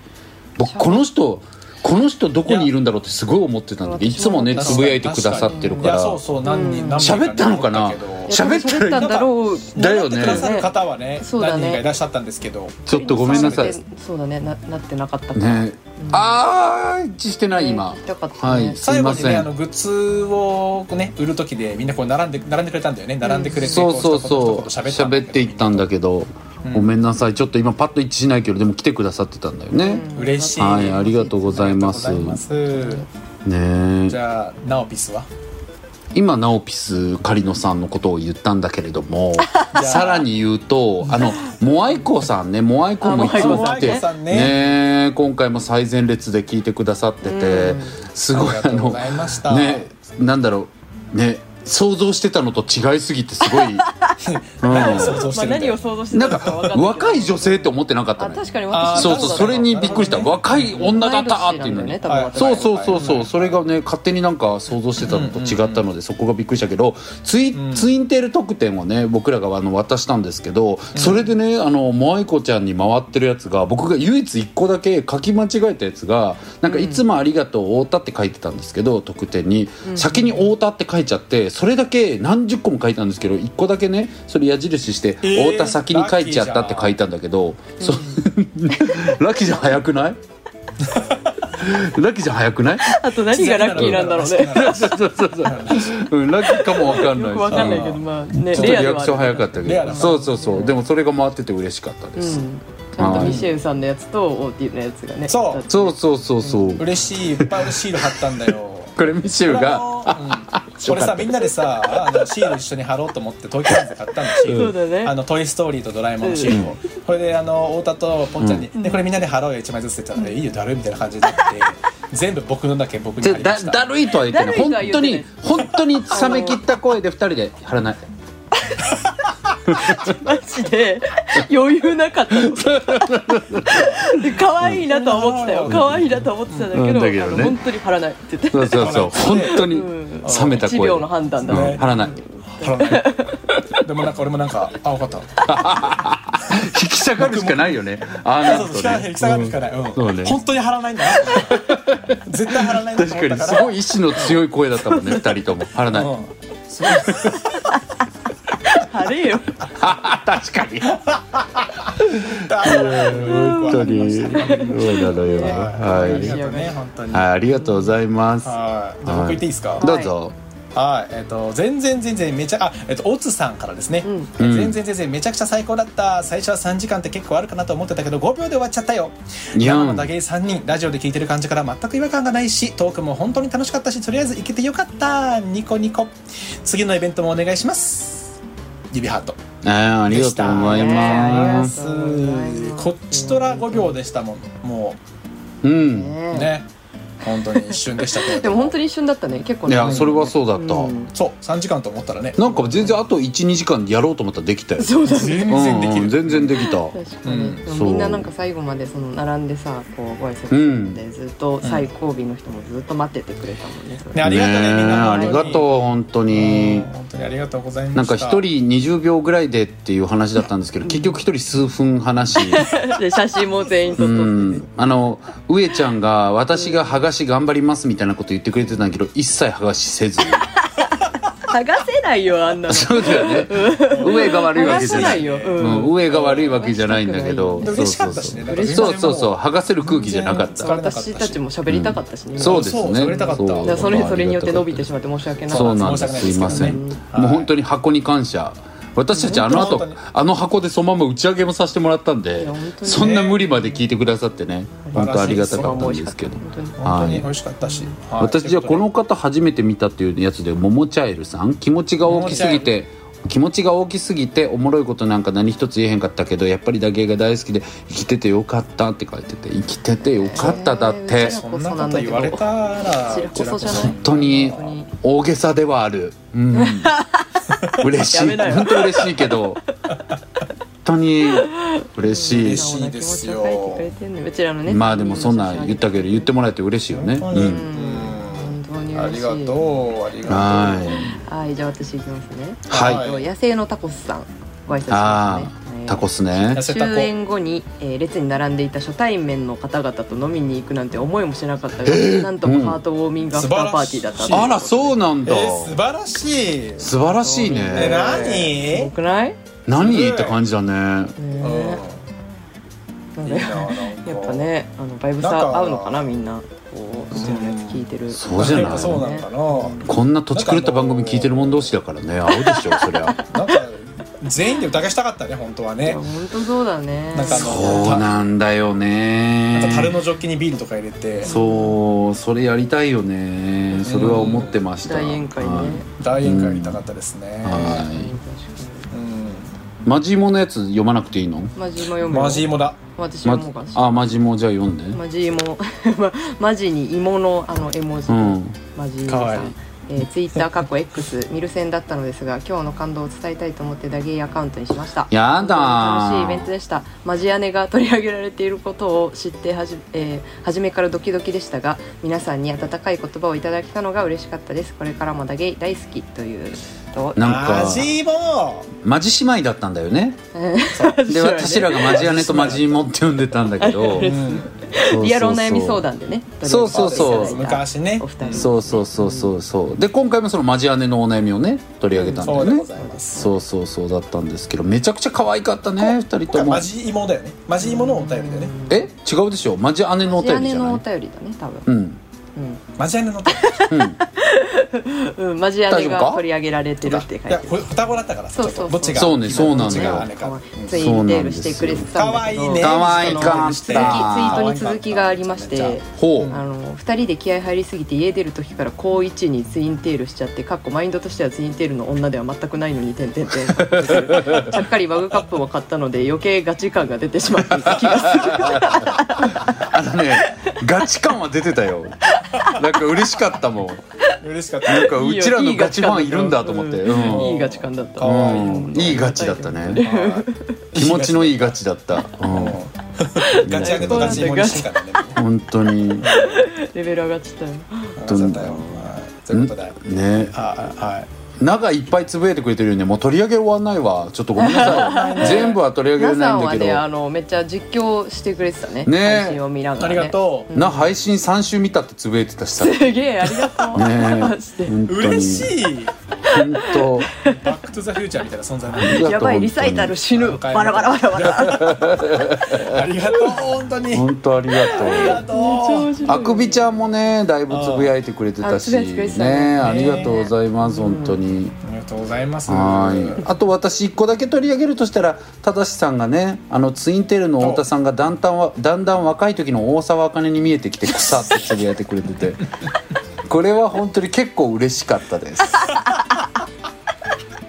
Speaker 3: 僕この人この人どこにいるんだろうってすごい思ってたんだけどいつもね
Speaker 2: 私
Speaker 3: つ
Speaker 2: も
Speaker 3: ぶやいてくださってる
Speaker 2: い
Speaker 3: か
Speaker 2: やそう
Speaker 3: ら
Speaker 2: そう何人
Speaker 4: うん
Speaker 2: 何名
Speaker 3: 喋ったのかな
Speaker 2: 思たけど
Speaker 3: 喋った
Speaker 4: いや多分んだろう
Speaker 3: だよね
Speaker 2: やってくださる方はね
Speaker 4: そうだ
Speaker 2: 何
Speaker 4: ね
Speaker 2: 人かいらっしゃったんですけど
Speaker 3: ちょっとごめんなさい
Speaker 4: そうだねななってなかったから
Speaker 3: ねあー一致してない今
Speaker 4: ね聞きたかった
Speaker 3: は
Speaker 4: ね
Speaker 3: いすい
Speaker 2: 最後
Speaker 3: ま
Speaker 2: に
Speaker 3: せ
Speaker 2: ねあの
Speaker 3: ん
Speaker 2: グッズをね売る時でみんなこう並んで並んでくれたんだよね並んでくれて
Speaker 3: そうそう
Speaker 2: こ
Speaker 3: そ
Speaker 2: 一
Speaker 3: う
Speaker 2: 言一言
Speaker 3: 喋っていったんだけど
Speaker 2: うん
Speaker 3: ごめんなさいちょっと今パッと一致しないけどでも来てくださってたんだよね
Speaker 4: うん
Speaker 2: 嬉しい
Speaker 3: はいありがとうございます
Speaker 2: ありがとうございます
Speaker 3: ね
Speaker 2: じ
Speaker 3: え
Speaker 2: ゃあナオピスは
Speaker 3: 今ナオピス狩野さんのことを言ったんだけれど も
Speaker 2: ゃあ
Speaker 3: さらに言うとあのモアイコさんねモアイコもいつも来
Speaker 2: あモアイ
Speaker 3: て
Speaker 2: コさんね
Speaker 3: ねえ今回も最前列で聞いてくださってて
Speaker 4: うん
Speaker 3: すごい
Speaker 2: あり
Speaker 3: あ
Speaker 2: がとうご
Speaker 3: の
Speaker 2: ざいました
Speaker 3: ねなんだろうね想像してたのと違いすぎてす ごい、う
Speaker 2: 想像し
Speaker 4: ま
Speaker 2: てる
Speaker 4: あ
Speaker 2: んだ
Speaker 4: 何
Speaker 2: よ
Speaker 4: を想像し
Speaker 3: ん、
Speaker 4: て
Speaker 3: なん
Speaker 4: たの
Speaker 3: か
Speaker 4: か分かんない
Speaker 3: 若い女性って思ってなかった
Speaker 4: あ
Speaker 3: ね
Speaker 4: 確かに
Speaker 2: あー
Speaker 4: 私
Speaker 3: そう
Speaker 2: なる
Speaker 3: そう
Speaker 4: も
Speaker 2: ほど
Speaker 3: それにびっくりした
Speaker 2: なるほどね
Speaker 3: 若い女だったっていうの
Speaker 4: 同い年なんだよね
Speaker 3: に
Speaker 4: 多分
Speaker 2: はい
Speaker 4: 私
Speaker 3: そうそうそうそう、
Speaker 2: はい
Speaker 3: それがね勝手になんか想像してたのと違ったので、そこがびっくりしたけどツイ,、
Speaker 2: うん
Speaker 3: ツインテール特典をね僕らがあの渡したんですけど、それでねあの萌子ちゃんに回ってるやつが僕が唯一1個だけ書き間違えたやつが「なんかいつもありがとう太田」って書いてたんですけど特典に、先に「太田」って書いちゃってそれだけ何十個も書いたんですけど1個だけねそれ矢印して「
Speaker 2: えー
Speaker 3: 太田先に書いちゃった」って書いたんだけど、そうラッキーじゃん早くないラッキーじゃん早くない
Speaker 4: あと何がラッキーなんだろうね
Speaker 3: そうそうそうそう。うん、ラッキーかもわかんない
Speaker 4: よ
Speaker 3: し。
Speaker 4: く分かんないけどまあね
Speaker 3: ちょっとリ
Speaker 4: レアで
Speaker 3: ア
Speaker 4: は
Speaker 3: ク
Speaker 4: あ
Speaker 3: ション
Speaker 4: る
Speaker 3: 早かったけ
Speaker 2: レアだ
Speaker 3: ど。
Speaker 2: な
Speaker 3: そうそうそう。でもそれが回ってて嬉しかったで
Speaker 4: う
Speaker 3: す。
Speaker 4: んちゃんとミシェルさんのやつとオーティのやつがね
Speaker 2: そう
Speaker 4: だって
Speaker 3: そうそうそうそう。
Speaker 2: 嬉しいいっぱいシール貼ったんだよ
Speaker 3: これミシェルが。
Speaker 2: これさみんなでさあのシール一緒に貼ろうと思って東京ハンズ買ったんです
Speaker 4: そうだね
Speaker 2: あのトイ・ストーリーとドラえもんのシールを、これであの太田とポンちゃんに、でこれみんなで貼ろうよ1枚ずつって言ったら、えいいよだるいみたいな感じになって全部僕のだけ僕に
Speaker 3: で
Speaker 2: 貼りま
Speaker 3: だ
Speaker 2: した
Speaker 3: だるいとは言ってない
Speaker 4: だるい
Speaker 3: 本
Speaker 4: とは言
Speaker 3: 当
Speaker 4: ってな
Speaker 3: に
Speaker 4: い
Speaker 3: 本当に冷め切った声で二人で貼らない
Speaker 4: マジで余裕なかったので可愛いなとは思ってたよ可愛いなとは思ってたんだけ
Speaker 3: うん
Speaker 4: ど
Speaker 3: だけどね
Speaker 4: あの本当に腹ないって言って
Speaker 3: そうそうそう本当に
Speaker 4: うん
Speaker 3: 冷めた
Speaker 4: 1
Speaker 3: 声
Speaker 4: 秒の判断だ
Speaker 3: うん
Speaker 4: ね
Speaker 3: 貼らない
Speaker 2: 貼らないでもなんか俺もなんかあ分かった
Speaker 3: 引き下がるしかないよねああな
Speaker 2: そう
Speaker 3: る
Speaker 2: そう引
Speaker 3: と
Speaker 2: かない
Speaker 3: ね
Speaker 2: 引き下がるしかない、うん
Speaker 3: そうね
Speaker 2: 本当に貼らないんだな絶対貼らないなと
Speaker 3: 確
Speaker 2: 思
Speaker 3: か
Speaker 2: った
Speaker 3: に
Speaker 2: から
Speaker 3: すごい意志の強い声だったもんね二人とも貼らない
Speaker 2: うん
Speaker 4: 晴れよ
Speaker 3: 確かに
Speaker 2: だからよくわか
Speaker 3: 本当
Speaker 2: りま
Speaker 3: に
Speaker 2: し
Speaker 3: そ
Speaker 2: た
Speaker 3: うなのよ
Speaker 2: はい、ありが
Speaker 3: は
Speaker 2: とうね本当に
Speaker 3: いはいありがとうございます
Speaker 2: はいじゃあ僕言っていいですか、
Speaker 3: どうぞ
Speaker 2: はい、えっ、と全然全然めちゃあえっ、とオツさんからですね、
Speaker 4: ん
Speaker 2: 全然全然めちゃくちゃ最高だった最初は3時間って結構あるかなと思ってたけど5秒で終わっちゃったよ
Speaker 3: いやん
Speaker 2: 生の打芸3人ラジオで聞いてる感じから全く違和感がないしトークも本当に楽しかったしとりあえず行けてよかったニコニコ次のイベントもお願いします指ハート
Speaker 3: あーありがとうございま
Speaker 4: でし
Speaker 3: す
Speaker 2: こっちとら5秒でしたもんも
Speaker 3: うん
Speaker 2: う
Speaker 4: ね
Speaker 2: ね本当に一瞬でしたけれ
Speaker 4: で
Speaker 2: ど
Speaker 4: も
Speaker 2: も
Speaker 4: 本当に一瞬だったね結構
Speaker 3: い
Speaker 4: ね
Speaker 3: やそれはそうだった
Speaker 4: うん
Speaker 2: そう3時間と思ったらね
Speaker 3: なんか全然あと12時間やろうと思ったらできたよ
Speaker 4: そうだね
Speaker 2: 全然でき
Speaker 3: うんう
Speaker 2: る
Speaker 3: ん全然できた
Speaker 4: 確かに、
Speaker 2: うん
Speaker 4: でも
Speaker 3: そう
Speaker 4: みんななんか最後までその並んでさこうご挨拶するんで、ずっと最後尾の人もずっと待っててくれたもんねそれ
Speaker 2: ねありがとうね
Speaker 3: え
Speaker 2: みんな
Speaker 3: ありがとう本当に
Speaker 2: 本当にありがとうございました
Speaker 3: なんか一人20秒ぐらいでっていう話だったんですけど結局一人数分話し
Speaker 4: で写真も全員撮
Speaker 3: う
Speaker 4: っとって
Speaker 3: んあの上ちゃん が「私が剥がし頑張ります」みたいなこと言ってくれてたんだけど一切剥がしせず
Speaker 4: 剥がせないよあんなの
Speaker 3: そうだよね上が悪い
Speaker 4: 剥
Speaker 3: わ
Speaker 4: が
Speaker 3: けじ
Speaker 4: せ
Speaker 3: ゃ
Speaker 4: な
Speaker 3: ないい
Speaker 4: よ、う
Speaker 3: うんん、上が悪いわけじゃないんだけど
Speaker 2: でも嬉しかったしね
Speaker 3: そう
Speaker 2: だから
Speaker 3: そうそうそうそう剥がせる空気じゃなかっ
Speaker 2: 全
Speaker 3: た
Speaker 2: 然
Speaker 4: 私たちも喋りたかったしね、今
Speaker 3: そうですね
Speaker 2: そう喋りたかった
Speaker 4: だからそれそれによって伸びて
Speaker 3: し
Speaker 4: しまって申し訳ない
Speaker 3: そうなんで
Speaker 2: 申し訳ない
Speaker 3: す
Speaker 2: です
Speaker 3: い
Speaker 2: けどね
Speaker 3: ません、
Speaker 2: はい
Speaker 3: もう本当に箱に感謝私たちあの
Speaker 2: 本
Speaker 3: 後
Speaker 2: 当に
Speaker 3: あの箱でそのまま打ち上げもさせてもらったんで
Speaker 4: いや本当に
Speaker 3: そんな無理まで聞いてくださってね
Speaker 2: 晴らしい
Speaker 3: 本当ありがたかったんですけど
Speaker 4: 本当に
Speaker 2: 本当に
Speaker 3: はい
Speaker 2: 美味しかったし、はい
Speaker 3: 私じゃあこの方初めて見たっていうやつで「ももチャイルさん気持ちが大きすぎて」気持ちが大きすぎておもろいことなんか何一つ言えへんかったけどやっぱりだけが大好きで生きててよかったって書いてて生きててよかっただ って、
Speaker 4: えー
Speaker 2: そんなこと言われたら
Speaker 4: うちらこそじゃない
Speaker 3: 本当に
Speaker 4: 本当に
Speaker 3: 大げさではある、うん、 嬉し
Speaker 4: や
Speaker 3: い
Speaker 4: めなよ
Speaker 3: 本当嬉しいけど本当に嬉し
Speaker 2: 嬉しいですよ
Speaker 4: 素直な気持ちを書いてくれてんねうちらの
Speaker 3: い
Speaker 4: ね
Speaker 3: まあでもそんなん言ったけど言ってもらえて嬉しいよね、
Speaker 2: 本当に
Speaker 3: うん
Speaker 4: 本当に
Speaker 2: うん
Speaker 4: 嬉しい
Speaker 2: ありがとうありがとう
Speaker 3: はい
Speaker 4: はいじゃあ私いきますね
Speaker 3: はい、
Speaker 2: はい
Speaker 4: 野生のタコスさんご挨拶し
Speaker 3: あ
Speaker 4: ますね
Speaker 3: あタコスね
Speaker 2: 痩せ
Speaker 4: 終
Speaker 2: た子
Speaker 4: 演後に、えー列に並んでいた初対面の方々と飲みに行くなんて思いもしなかったが、なんともハートウォーミングアフターパーティーだった
Speaker 2: 素晴らしい
Speaker 3: あらそうなん
Speaker 2: えー
Speaker 3: だ、
Speaker 2: 素晴らしい
Speaker 3: 素晴らしい
Speaker 2: え
Speaker 3: ね
Speaker 4: す
Speaker 2: 何
Speaker 4: ごくない、ね
Speaker 3: 何って感じだね
Speaker 4: え
Speaker 2: う
Speaker 4: なん
Speaker 2: ん
Speaker 4: か
Speaker 2: いいななんか
Speaker 4: やっぱねあのバイブ
Speaker 2: なんか
Speaker 4: さ合うのかなみんなこううちらのやつ聞いてる
Speaker 3: そうじゃない
Speaker 2: そうなんかな
Speaker 3: こんな土地狂った番組聞いてる者同士だからね合うでしょそ りゃ
Speaker 2: なんか全員で疑したかったね本当はいね
Speaker 4: や本当そうだね
Speaker 2: なんかあの
Speaker 3: そうなんだよね
Speaker 2: なんか樽のジョッキにビールとか入れて
Speaker 3: そうそれやりたいよねそれは思ってました
Speaker 4: 大宴会ね、
Speaker 3: はい
Speaker 2: 大宴会にいたかったですね
Speaker 3: は
Speaker 4: うん
Speaker 3: い
Speaker 4: 確か
Speaker 2: うん
Speaker 3: マジモのやつ読まなくていいの
Speaker 4: にマジも読むよ
Speaker 2: マジ芋だ
Speaker 4: 私
Speaker 3: ま
Speaker 4: 読もうかしら
Speaker 3: あマジモじゃあ読んで
Speaker 4: マジも マジに芋のあの絵文字、
Speaker 3: うん
Speaker 4: マジ
Speaker 2: か
Speaker 4: さ
Speaker 2: わいい
Speaker 4: ん、えー、ツイッター過去 X ミルセンだったのですが今日の感動を伝えたいと思ってダゲイアカウントにしました
Speaker 3: やだー
Speaker 4: 本当に楽しいイベントでしたマジ姉が取り上げられていることを知ってはじ、えー初めからドキドキでしたが皆さんに温かい言葉をいただけたのが嬉しかったですこれからもダゲイ大好きというと
Speaker 3: なんか
Speaker 2: マジ芋
Speaker 3: マジ姉妹だったんだよねで私らがマジ姉とマジモって呼んでたんだけどそうそうそう
Speaker 4: リアルお悩み相談でね
Speaker 3: そうそうそう
Speaker 4: 取り上げていただい
Speaker 2: 昔
Speaker 4: た
Speaker 2: ね
Speaker 4: お二人
Speaker 3: そうそうそうそうそうで今回もそのマジ姉のお悩みをね取り上げたんだ
Speaker 2: そ
Speaker 3: よ
Speaker 2: うで
Speaker 3: ね
Speaker 2: ございます
Speaker 3: そうそうそうだったんですけどめちゃくちゃ可愛かったね二人
Speaker 2: 今
Speaker 3: と
Speaker 2: 回
Speaker 3: も
Speaker 2: マジ芋だよねマジ芋のお便りだよね
Speaker 3: え違うでしょマジ姉のお
Speaker 4: マ
Speaker 3: 便
Speaker 4: ジ
Speaker 3: りじ
Speaker 4: 姉
Speaker 3: ゃ
Speaker 4: の
Speaker 3: な
Speaker 4: お
Speaker 3: い
Speaker 4: 便りだね多分
Speaker 3: うん
Speaker 2: マジ姉のお便り
Speaker 4: うん、マジ姉
Speaker 3: 大丈夫
Speaker 4: が
Speaker 3: か
Speaker 4: 取り上げられてるって書いて
Speaker 2: いや
Speaker 4: る
Speaker 2: これ双子だったからさ
Speaker 4: そう
Speaker 2: ちょ
Speaker 4: そ
Speaker 2: っ
Speaker 4: う
Speaker 2: とどっちが
Speaker 3: そうねそう
Speaker 2: ど
Speaker 3: なのよ
Speaker 2: っちが姉
Speaker 4: かわ
Speaker 2: か
Speaker 4: いいツインテールしてくれてたんだけど
Speaker 2: そうなんですよ
Speaker 3: 可愛かった
Speaker 4: その続きツイートに続きがありまし
Speaker 2: 可愛
Speaker 4: て
Speaker 2: かっ
Speaker 3: ほ
Speaker 4: あ
Speaker 3: う
Speaker 4: の2人で気合入りすぎて家出る時から高一にツインテールしちゃってかっこマインドとしてはツインテールの女では全くないのに点々点ちゃっかりマグカップも買ったので余計ガチ感が出てしまっていた気がする
Speaker 3: あのねガチ感は出てたよなんか嬉しかったもん
Speaker 2: 嬉しかっ
Speaker 3: な
Speaker 2: た
Speaker 3: んか うちらのガチファンいるんだと思って
Speaker 4: う
Speaker 3: うんん
Speaker 4: いいガチ感だった
Speaker 2: 可愛い
Speaker 3: うんいいガチだったね
Speaker 2: はい
Speaker 3: 気持ちのいいガチだったうん
Speaker 2: ガチ姉とガチ芋にしてたんだね
Speaker 3: 本当に
Speaker 4: レベル上がっちゃったよ
Speaker 2: ガチだったよはいということではい
Speaker 3: ね
Speaker 2: はい
Speaker 3: 長いっぱいつぶやいてくれてるよねもう取り上げ終わんないわちょっとごめんなさ い全部は取り上げ
Speaker 4: 皆
Speaker 3: れない
Speaker 4: さ
Speaker 3: ん
Speaker 4: ん
Speaker 3: だ
Speaker 4: は
Speaker 3: けど
Speaker 4: ねあのめっちゃ実況してくれてたね
Speaker 3: ね
Speaker 4: 配信を見なが
Speaker 2: あ
Speaker 4: ら、
Speaker 2: り
Speaker 4: ね、
Speaker 2: がとう
Speaker 3: な配信3週見たってつぶやいてたしさね
Speaker 4: すげえありがと う、マジで
Speaker 3: 本当に
Speaker 2: 嬉しい
Speaker 3: 本当
Speaker 2: バックトゥザフューチャーみたいな存在なん
Speaker 3: あ
Speaker 2: で
Speaker 3: りがとう
Speaker 4: やばいリサイタル死ぬ
Speaker 2: 本当
Speaker 4: バ
Speaker 2: に
Speaker 4: ラバラバラバラ
Speaker 2: ありがとう本当に
Speaker 3: 本当あり
Speaker 2: あ
Speaker 3: が
Speaker 2: りが
Speaker 3: とう
Speaker 2: とう
Speaker 3: あくびちゃんもねだいぶつぶやいてくれてたし
Speaker 4: あつぶやいてくれてたね
Speaker 3: ねありがとうございます本当に
Speaker 2: ありがとうございます
Speaker 3: はいあと私一個だけ取り上げるとしたら正さんがねあのツインテールの太田さんがだんだんわだんだん若い時の大沢あかねに見えてきて草 ってつぶやいてくれててこれは本当に結構嬉しかった です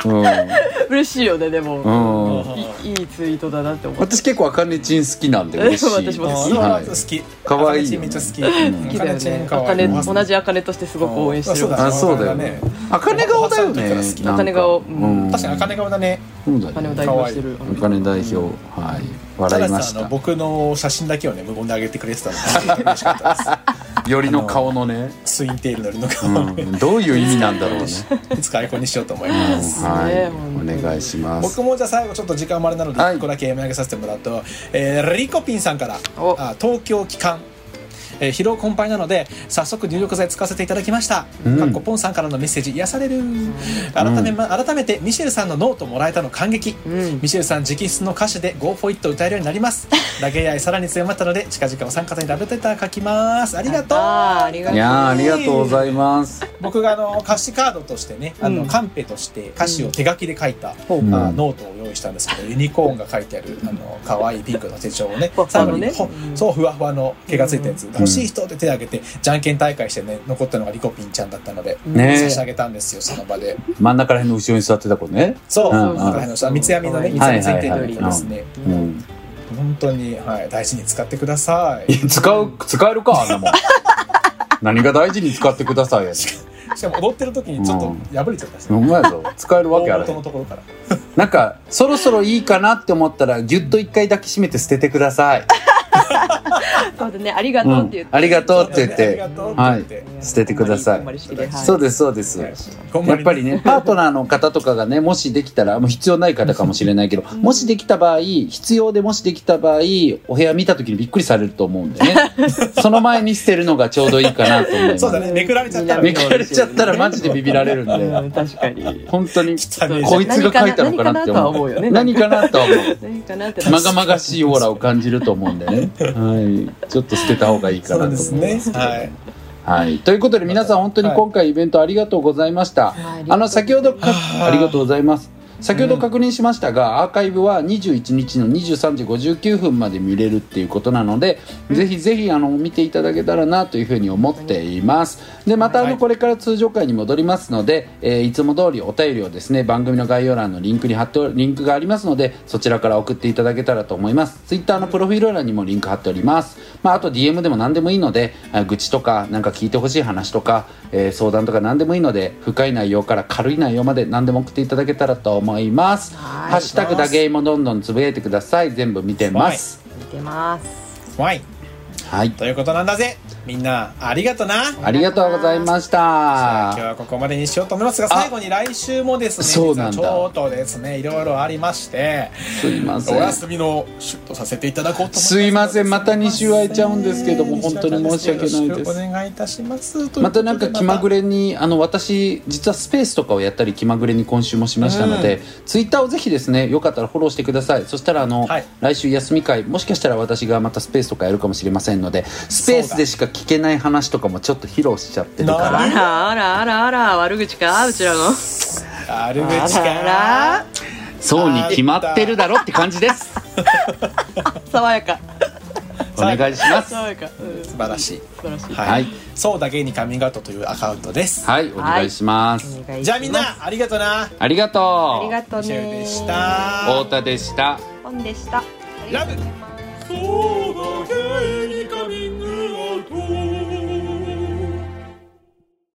Speaker 3: う
Speaker 4: 嬉しいよねでも、
Speaker 3: んうん
Speaker 4: いいいツイートだなって思って
Speaker 3: 私結構あかねちん好きなんで嬉しい
Speaker 4: 私も好き
Speaker 3: はい
Speaker 2: 好き
Speaker 3: 可愛いよ
Speaker 2: め
Speaker 3: ね
Speaker 2: っちゃ好き
Speaker 4: 好きだよね
Speaker 2: 可
Speaker 4: あ
Speaker 2: 愛
Speaker 4: か
Speaker 2: い
Speaker 4: ね同じあかねとしてすごく応援してる
Speaker 2: あ
Speaker 4: わ
Speaker 3: あそうだよね茜顔だよねなんか
Speaker 4: 茜顔う
Speaker 3: うんん
Speaker 2: 確かに茜顔だね
Speaker 3: そうだ
Speaker 4: あかね
Speaker 3: よね
Speaker 4: を代表してる
Speaker 3: 茜代表はい笑いまし
Speaker 2: あの
Speaker 3: た
Speaker 2: 僕の写真だけをね無言で上げてくれてたの で嬉しかったで
Speaker 3: よりの顔のね
Speaker 2: すツインテールのりの顔を
Speaker 3: うんどういう意味なんだろうね
Speaker 2: いつかアイコンにしようと思います
Speaker 3: はい
Speaker 4: 本
Speaker 3: お
Speaker 4: 当に
Speaker 3: 願いします
Speaker 2: 僕もじゃあ最後ちょっと時間もあれなので
Speaker 3: はい
Speaker 2: 1個だけ読み上げさせてもらうと、えーリコピンさんから
Speaker 4: お
Speaker 2: あ東京機関えー疲労困憊なので早速入力剤使わせていただきました、
Speaker 3: うん
Speaker 2: かっこポンさんからのメッセージ癒される改め,、改めてミシェルさんのノートもらえたの感激、
Speaker 4: うん
Speaker 2: ミシェルさん直筆の歌詞で「Go for it」歌えるようになります投げ合いさらに強まったので近々お三方にラブレター書きますありがとう
Speaker 4: あーありがと
Speaker 3: いうやーありがとうございます。
Speaker 2: 僕があの歌詞カードとしてねあの、
Speaker 4: うん
Speaker 2: カンペとして歌詞を手書きで書いた、
Speaker 3: うん
Speaker 2: あノートを用意したんですけどユニコーンが書いてあるあの可愛いピンクの手帳をね
Speaker 4: ふわふ
Speaker 2: 最
Speaker 4: わ
Speaker 2: 後
Speaker 4: の
Speaker 2: に、
Speaker 4: ね
Speaker 2: ほそうふわふわの毛がついたやつ、欲しい人って手を挙げてじゃんけん大会してね残ったのがリコピンちゃんだったので、
Speaker 3: ね
Speaker 2: 差
Speaker 3: え
Speaker 2: し上げたんですよその場で
Speaker 3: 真ん中ら辺の後ろに座ってた子ね。
Speaker 2: そう、
Speaker 3: うんうん
Speaker 2: だからあのさ三つ編みのね三つ
Speaker 3: は
Speaker 2: 編
Speaker 3: い
Speaker 2: みついて
Speaker 3: はい
Speaker 2: る
Speaker 3: はい
Speaker 2: のとですね、
Speaker 3: うん。
Speaker 2: 本当に、はい、大事に使ってくださ い
Speaker 3: いや使う使えるかあんな もん。何が大事に使ってくださいやつ。
Speaker 2: しかも踊ってる時にちょっと破れちゃったし、
Speaker 3: ほ
Speaker 2: ね
Speaker 3: んまやぞ。使えるわけあ
Speaker 2: 大
Speaker 3: れ
Speaker 2: 元
Speaker 3: へん
Speaker 2: の。ところから
Speaker 3: なんかそろそろいいかなって思ったらぎゅっと一回抱きしめて捨ててください。
Speaker 4: そうだね ありが
Speaker 3: う
Speaker 4: とうって言っ
Speaker 3: ん
Speaker 4: て、。
Speaker 3: ありがとうって言っ
Speaker 2: あり
Speaker 3: て
Speaker 2: が。とうって言って、
Speaker 3: 捨ててください
Speaker 4: こんまりこんまり式ではい
Speaker 3: そうですそうです。
Speaker 2: こんま
Speaker 3: や
Speaker 2: り
Speaker 3: っぱり ね、パートナーの方とかがね、もしできたら、もう必要ない方かもしれないけど、もしできた場合、必要でもしできた場合、お部屋見た時にびっくりされると思うん でね、その前に捨てるのがちょうどいいかなと思います。
Speaker 2: そうだねめくられちゃったら
Speaker 3: めくられちゃったらマジでビビられるん
Speaker 4: う
Speaker 3: で、
Speaker 4: ん 確かに
Speaker 3: 本当に、
Speaker 2: 汚ねえ
Speaker 3: こいつが書いたのかなって思う。何
Speaker 4: 何
Speaker 3: かなとは思う。
Speaker 4: 何かなって
Speaker 3: まがまがしいオーラを感じると思うんでね、はい、ちょっと捨てた方がいいか
Speaker 2: そう
Speaker 3: な
Speaker 2: で
Speaker 3: と
Speaker 2: す
Speaker 3: 思い
Speaker 2: ね
Speaker 3: ます。
Speaker 2: はい
Speaker 3: はい、ということで皆さん本当に今回イベントありがとうございました。
Speaker 4: はい
Speaker 3: あの先ほどか
Speaker 2: あー
Speaker 3: ありがとうございます。先ほど確認しましたが、アーカイブは21日の23時59分まで見れるっていうことなので、ぜひぜひあの見ていただけたらなというふうに思っています。でまたあ
Speaker 2: は
Speaker 3: の
Speaker 2: い
Speaker 3: これから通常回に戻りますので、えーいつも通りお便りをですね番組の概要欄のリンクに貼っておリンクがありますのでそちらから送っていただけたらと思います。ツイッターのプロフィール欄にもリンク貼っております。まああと DM でも何でもいいので、あ愚痴とかなんか聞いてほしい話とか、えー相談とか何でもいいので深い内容から軽い内容まで何でも送っていただけたらと思います。
Speaker 4: はい
Speaker 3: ハッシュタグだけもどんどんつぶやいてください。全部見てます。
Speaker 4: 見てます
Speaker 2: ワイン
Speaker 3: はい。
Speaker 2: ということなんだぜみんなありがとな
Speaker 3: ありがとうございました
Speaker 2: 今日。はここまでにしようと思いますが
Speaker 3: あ
Speaker 2: 最後に来週もですね
Speaker 3: そうなんだ
Speaker 2: 実はちょっとですねいろいろありまして
Speaker 3: すいま
Speaker 2: お
Speaker 3: せん。
Speaker 2: 休みのシュッとさせていただこうと思います
Speaker 3: すいませんまた二週空いちゃうんですけども本当に申し訳ないです
Speaker 2: よろしくお願いいたしますという
Speaker 3: ま
Speaker 2: ことで
Speaker 3: たなんか気まぐれにあの私実はスペースとかをやったり気まぐれに今週もしましたので、ツイッターをぜひですねよかったらフォローしてくださいそしたらあの、
Speaker 2: はい
Speaker 3: 来週休み会もしかしたら私がまたスペースとかやるかもしれませんのでスペースでしか聞けない話とかもちょっと披露しちゃってるか
Speaker 2: な
Speaker 3: ら
Speaker 4: あらあらあらあら悪口かうちらの
Speaker 2: あるべ
Speaker 4: あ
Speaker 2: きから
Speaker 4: あら
Speaker 3: そうに決まってるだろって感じです
Speaker 4: 爽やか
Speaker 3: お願いし ます
Speaker 4: 爽やか、うん、
Speaker 2: 素
Speaker 4: 素
Speaker 2: 晴らしい
Speaker 4: 晴らしい
Speaker 2: は
Speaker 3: はい
Speaker 2: そうだけにカミングアウトというアカウントです
Speaker 3: はいお願いします、
Speaker 4: お願いします
Speaker 2: じゃあみんなありがとな
Speaker 3: ありが
Speaker 4: あ
Speaker 3: と
Speaker 4: り
Speaker 3: う
Speaker 4: がとう
Speaker 2: ミシェル
Speaker 4: ね
Speaker 2: でし
Speaker 3: 太
Speaker 2: た
Speaker 3: 田でした
Speaker 4: 本でしたありがとうございます
Speaker 2: そうだ